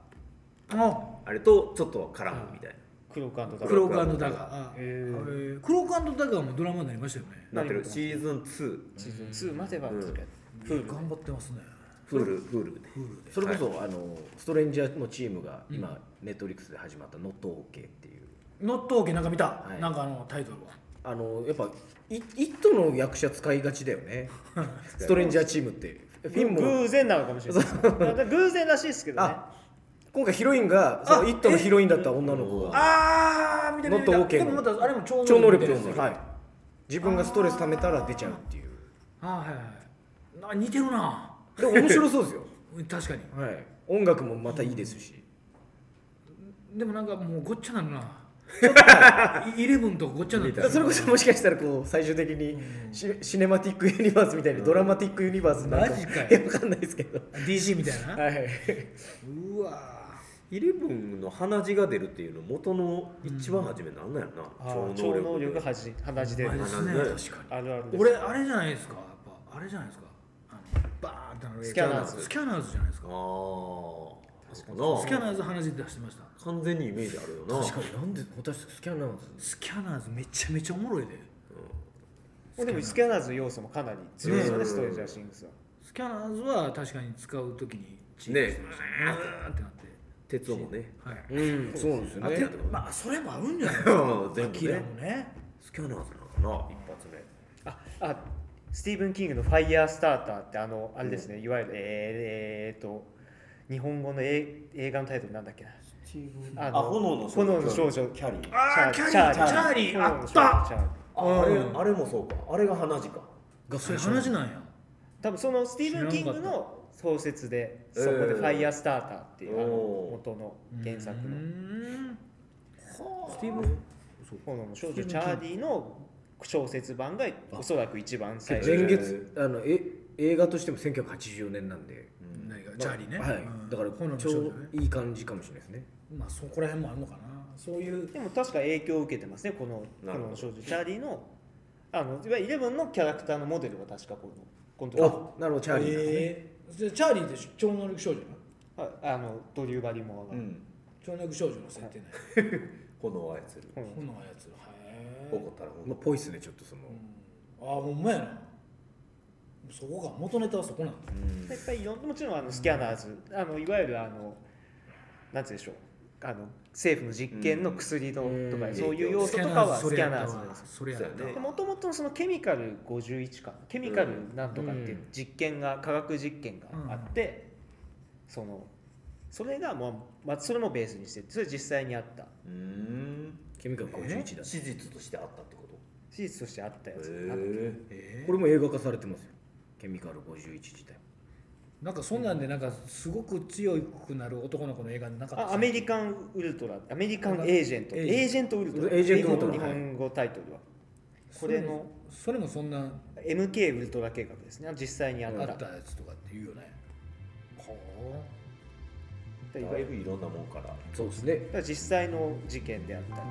A: あ
B: あれとちょっと絡むみたい
E: クロークダ
A: クローク
B: ダ
A: ダ
B: ガー
A: ガーあ
E: へー
A: あれクロークダガーもドラマになりましたよね
B: な、なってる
E: なるほど
B: シーズン2
E: シーズン2までは
B: うん
E: 確かにプール
A: 頑張ってますね
B: フールフールで
A: プールで
C: それこそ、あのストレンジャーのチームが今、ネットフリックスで始まった「ノットオーケーっていう
A: ノットオーケーなんか見た、
C: い
A: なんかあのタイトルは
C: あのやっぱ「イイット!」の役者使いがちだよ ねストレンジャーチームってフィンも
E: 偶然なのかもしれないだから偶然らしいですけどね
C: あ今回ヒロインがその「イット!」のヒロインだった女の子が
A: ああ見た見た見た
C: ノットオーケー
A: で
C: の
A: もまたあれも超
C: 超能力
A: みた
C: を
A: いなやつ
C: はい自分がストレス溜めたら出ちゃうっていう
A: あーはいはいはいな似てるな
C: でも面白そうですよ
A: うん 確かに
C: はい音楽もまたいいですし、
A: でもなんかもうごっちゃな るなイレブンとごっちゃなる
C: それこそもしかしたらこう最終的にシ,、シネマティックユニバースみたいなドラマティックユニバースになる
A: マジかよ
C: いやわかんないですけど
A: DC みたいな、
C: はい、
A: うわ
B: イレブンの鼻血が出るっていうの元の一番初めなんなんや
E: あ
B: な、超
E: ー超
B: 能力
E: 能力
B: で
E: はじ鼻血
A: ー
E: で
A: う
E: あ
A: まい
E: る
A: ですね
B: なん
A: 確
B: で
A: か
E: あるで
A: に
E: す
A: 俺あれじゃないですかやっぱあれじゃないですかあのバーンってなる
E: スキャナーズ
A: スキャナーズじゃないですか
B: ああ確か
A: スキャナ
B: ー
A: ーズ鼻血出してました
B: 完全にイメージあるよな
C: 確かになんで私スキャナーズ
A: スキャナーズめちゃめちゃおもろいで
E: でもスキャナーズの要素もかなり強いですよ
B: う
E: ね
B: ん
E: ストレージャーシングスは
A: スキャナーズは確かに使う時にチ
B: ね
A: ーしてましたねうーんってなって
B: 鉄をもね
A: はい
C: うんそうなんですよ
B: あて
C: ね
B: やと
A: まあそれも合うんじゃないですか
B: うん全
A: キ
B: 部
A: ラ
B: ね
A: もね
B: スキャナーズなのかな一発目
E: ああスティーブン・キングの「ファイヤースターター」ってあのあれですね、いわゆるえー、えーっと日本語の映映画のタイトルなんだっけなあの炎の少女
B: キャリー
A: あー
E: チャ
A: キャリーチャーリー
E: 炎の少女
A: あった
E: チャーリー
B: ああれあれもそうかあれが鼻血か
C: が
A: それ話なんや
E: 多分そのスティーブン・キング
A: 知らなか
E: の創設でそこで「ファイヤースターター」っていうあの
B: おー
E: 元の原作
A: うー
E: の
A: ん
E: スティーブン炎の少女チャーリーの小説版がおそらく一番最初
C: 前月あのえ映画としても1984年なんで、
A: 何がチャーリーね
C: はい
A: うん
C: だから
A: 炎の
C: ちょ
A: 少女
C: う
A: ね
C: どいい感じかもしれないですね
A: まあそこら辺もあるのかなそういう
E: でも確か影響を受けてますねこの「
B: なるほど
E: 炎の少女チャーリーの」あのいわゆるイレブンのキャラクターのモデルは確かこのこの時の
C: なるほどチャーリーなんですね、
A: えーじゃあチャーリーって超能力少女なの
E: ああのドリュー・バリモアが、
A: 超能力少女の設定ね
B: 炎を操る
E: 炎
A: 炎のやつへ
B: 怒ったら
C: ま
B: 炎
C: あ、ぽいっすねちょっとその、
A: ああほんまやなそこか元ネタはそこなんだ
E: やっぱりいろんもちろんあのスキャナーズあのいわゆるあのなんて言うんでしょうあの政府の実験の薬のとか、
C: うん
E: そういう要素とかはスキャナーズなんです
A: それやったわそれやったわ
B: そうやね
E: もともとそのケミカル51かケミカルなんとかっていう実験が、科学実験があって、そのそれがもう、まあ、それもベースにしてそれ実際にあった
B: うーん
C: ケミカル51だ、
B: 史実としてあったってこと
E: 手術としてあったやつがあって
B: へ
A: え
C: これも映画化されてますよケミカル51自体
A: ーなんかそんなんでなんかすごく強くなる男の子の映画なかった
E: あアメリカンウルトラアメリカンエージェント
A: エ
E: エ
A: ージェント
E: ージェントウルトラ
C: エージェントウルトラ
E: 日本日本語タイトルはこれの
A: それもそんな
E: MK ウルトラ計画ですね実際にあ
A: あ
E: っ
A: ったたやつとかって言うよねは
E: だ
B: え
E: か
B: だ
E: ら
B: いぶいろんなもんから
C: そうですね
E: 実際の事件であったりとか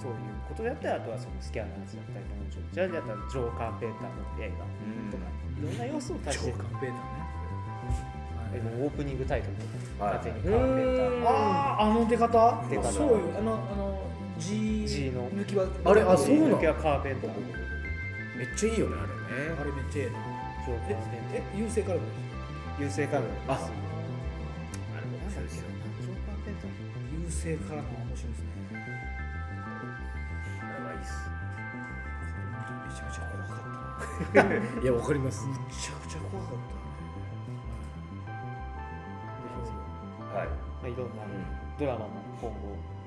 E: そういうことであったりあとはそのスキャナーズだったりとかジャージだったりジョー・カーペンターの映画とかいろんな要素を
A: あ
E: 足し
A: 超
E: て
A: カンペーターね
E: でもオープニングタイトルとか
B: はい
E: 風にカーペンターの
A: あああの出方
E: 出方
A: そうよあのあの G,
E: G の
A: 抜きは
C: あれあそうなの
E: 時はカーペンターの
C: めっちゃいいよねあれね
A: あれめっちゃええな
E: ジョー・
A: え
E: カーペンター
A: え優勢からも
E: 優勢カメ
C: あ
E: ラあれも面白いですよジョー・カーペンター
A: 優勢からも面白いですね
C: あれはいいっす
A: めちゃめちゃ怖かった
C: いやわかります
A: めちゃくちゃ怖かったね。
E: まあ、いろんなドラマも今後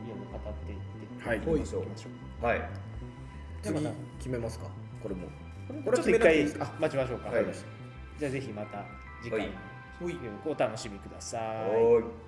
E: いろいろ語っていって、
C: はい
E: い
C: 行
E: き
C: きま
E: まし
C: し
E: ょ
C: ょ
E: う
C: う
B: はい
C: 次決めますかこれも
E: これちょっと一回待ちましょうか、
B: はい
E: じゃあぜひまた次
B: は
E: 回
B: い
E: お楽しみください
B: おーい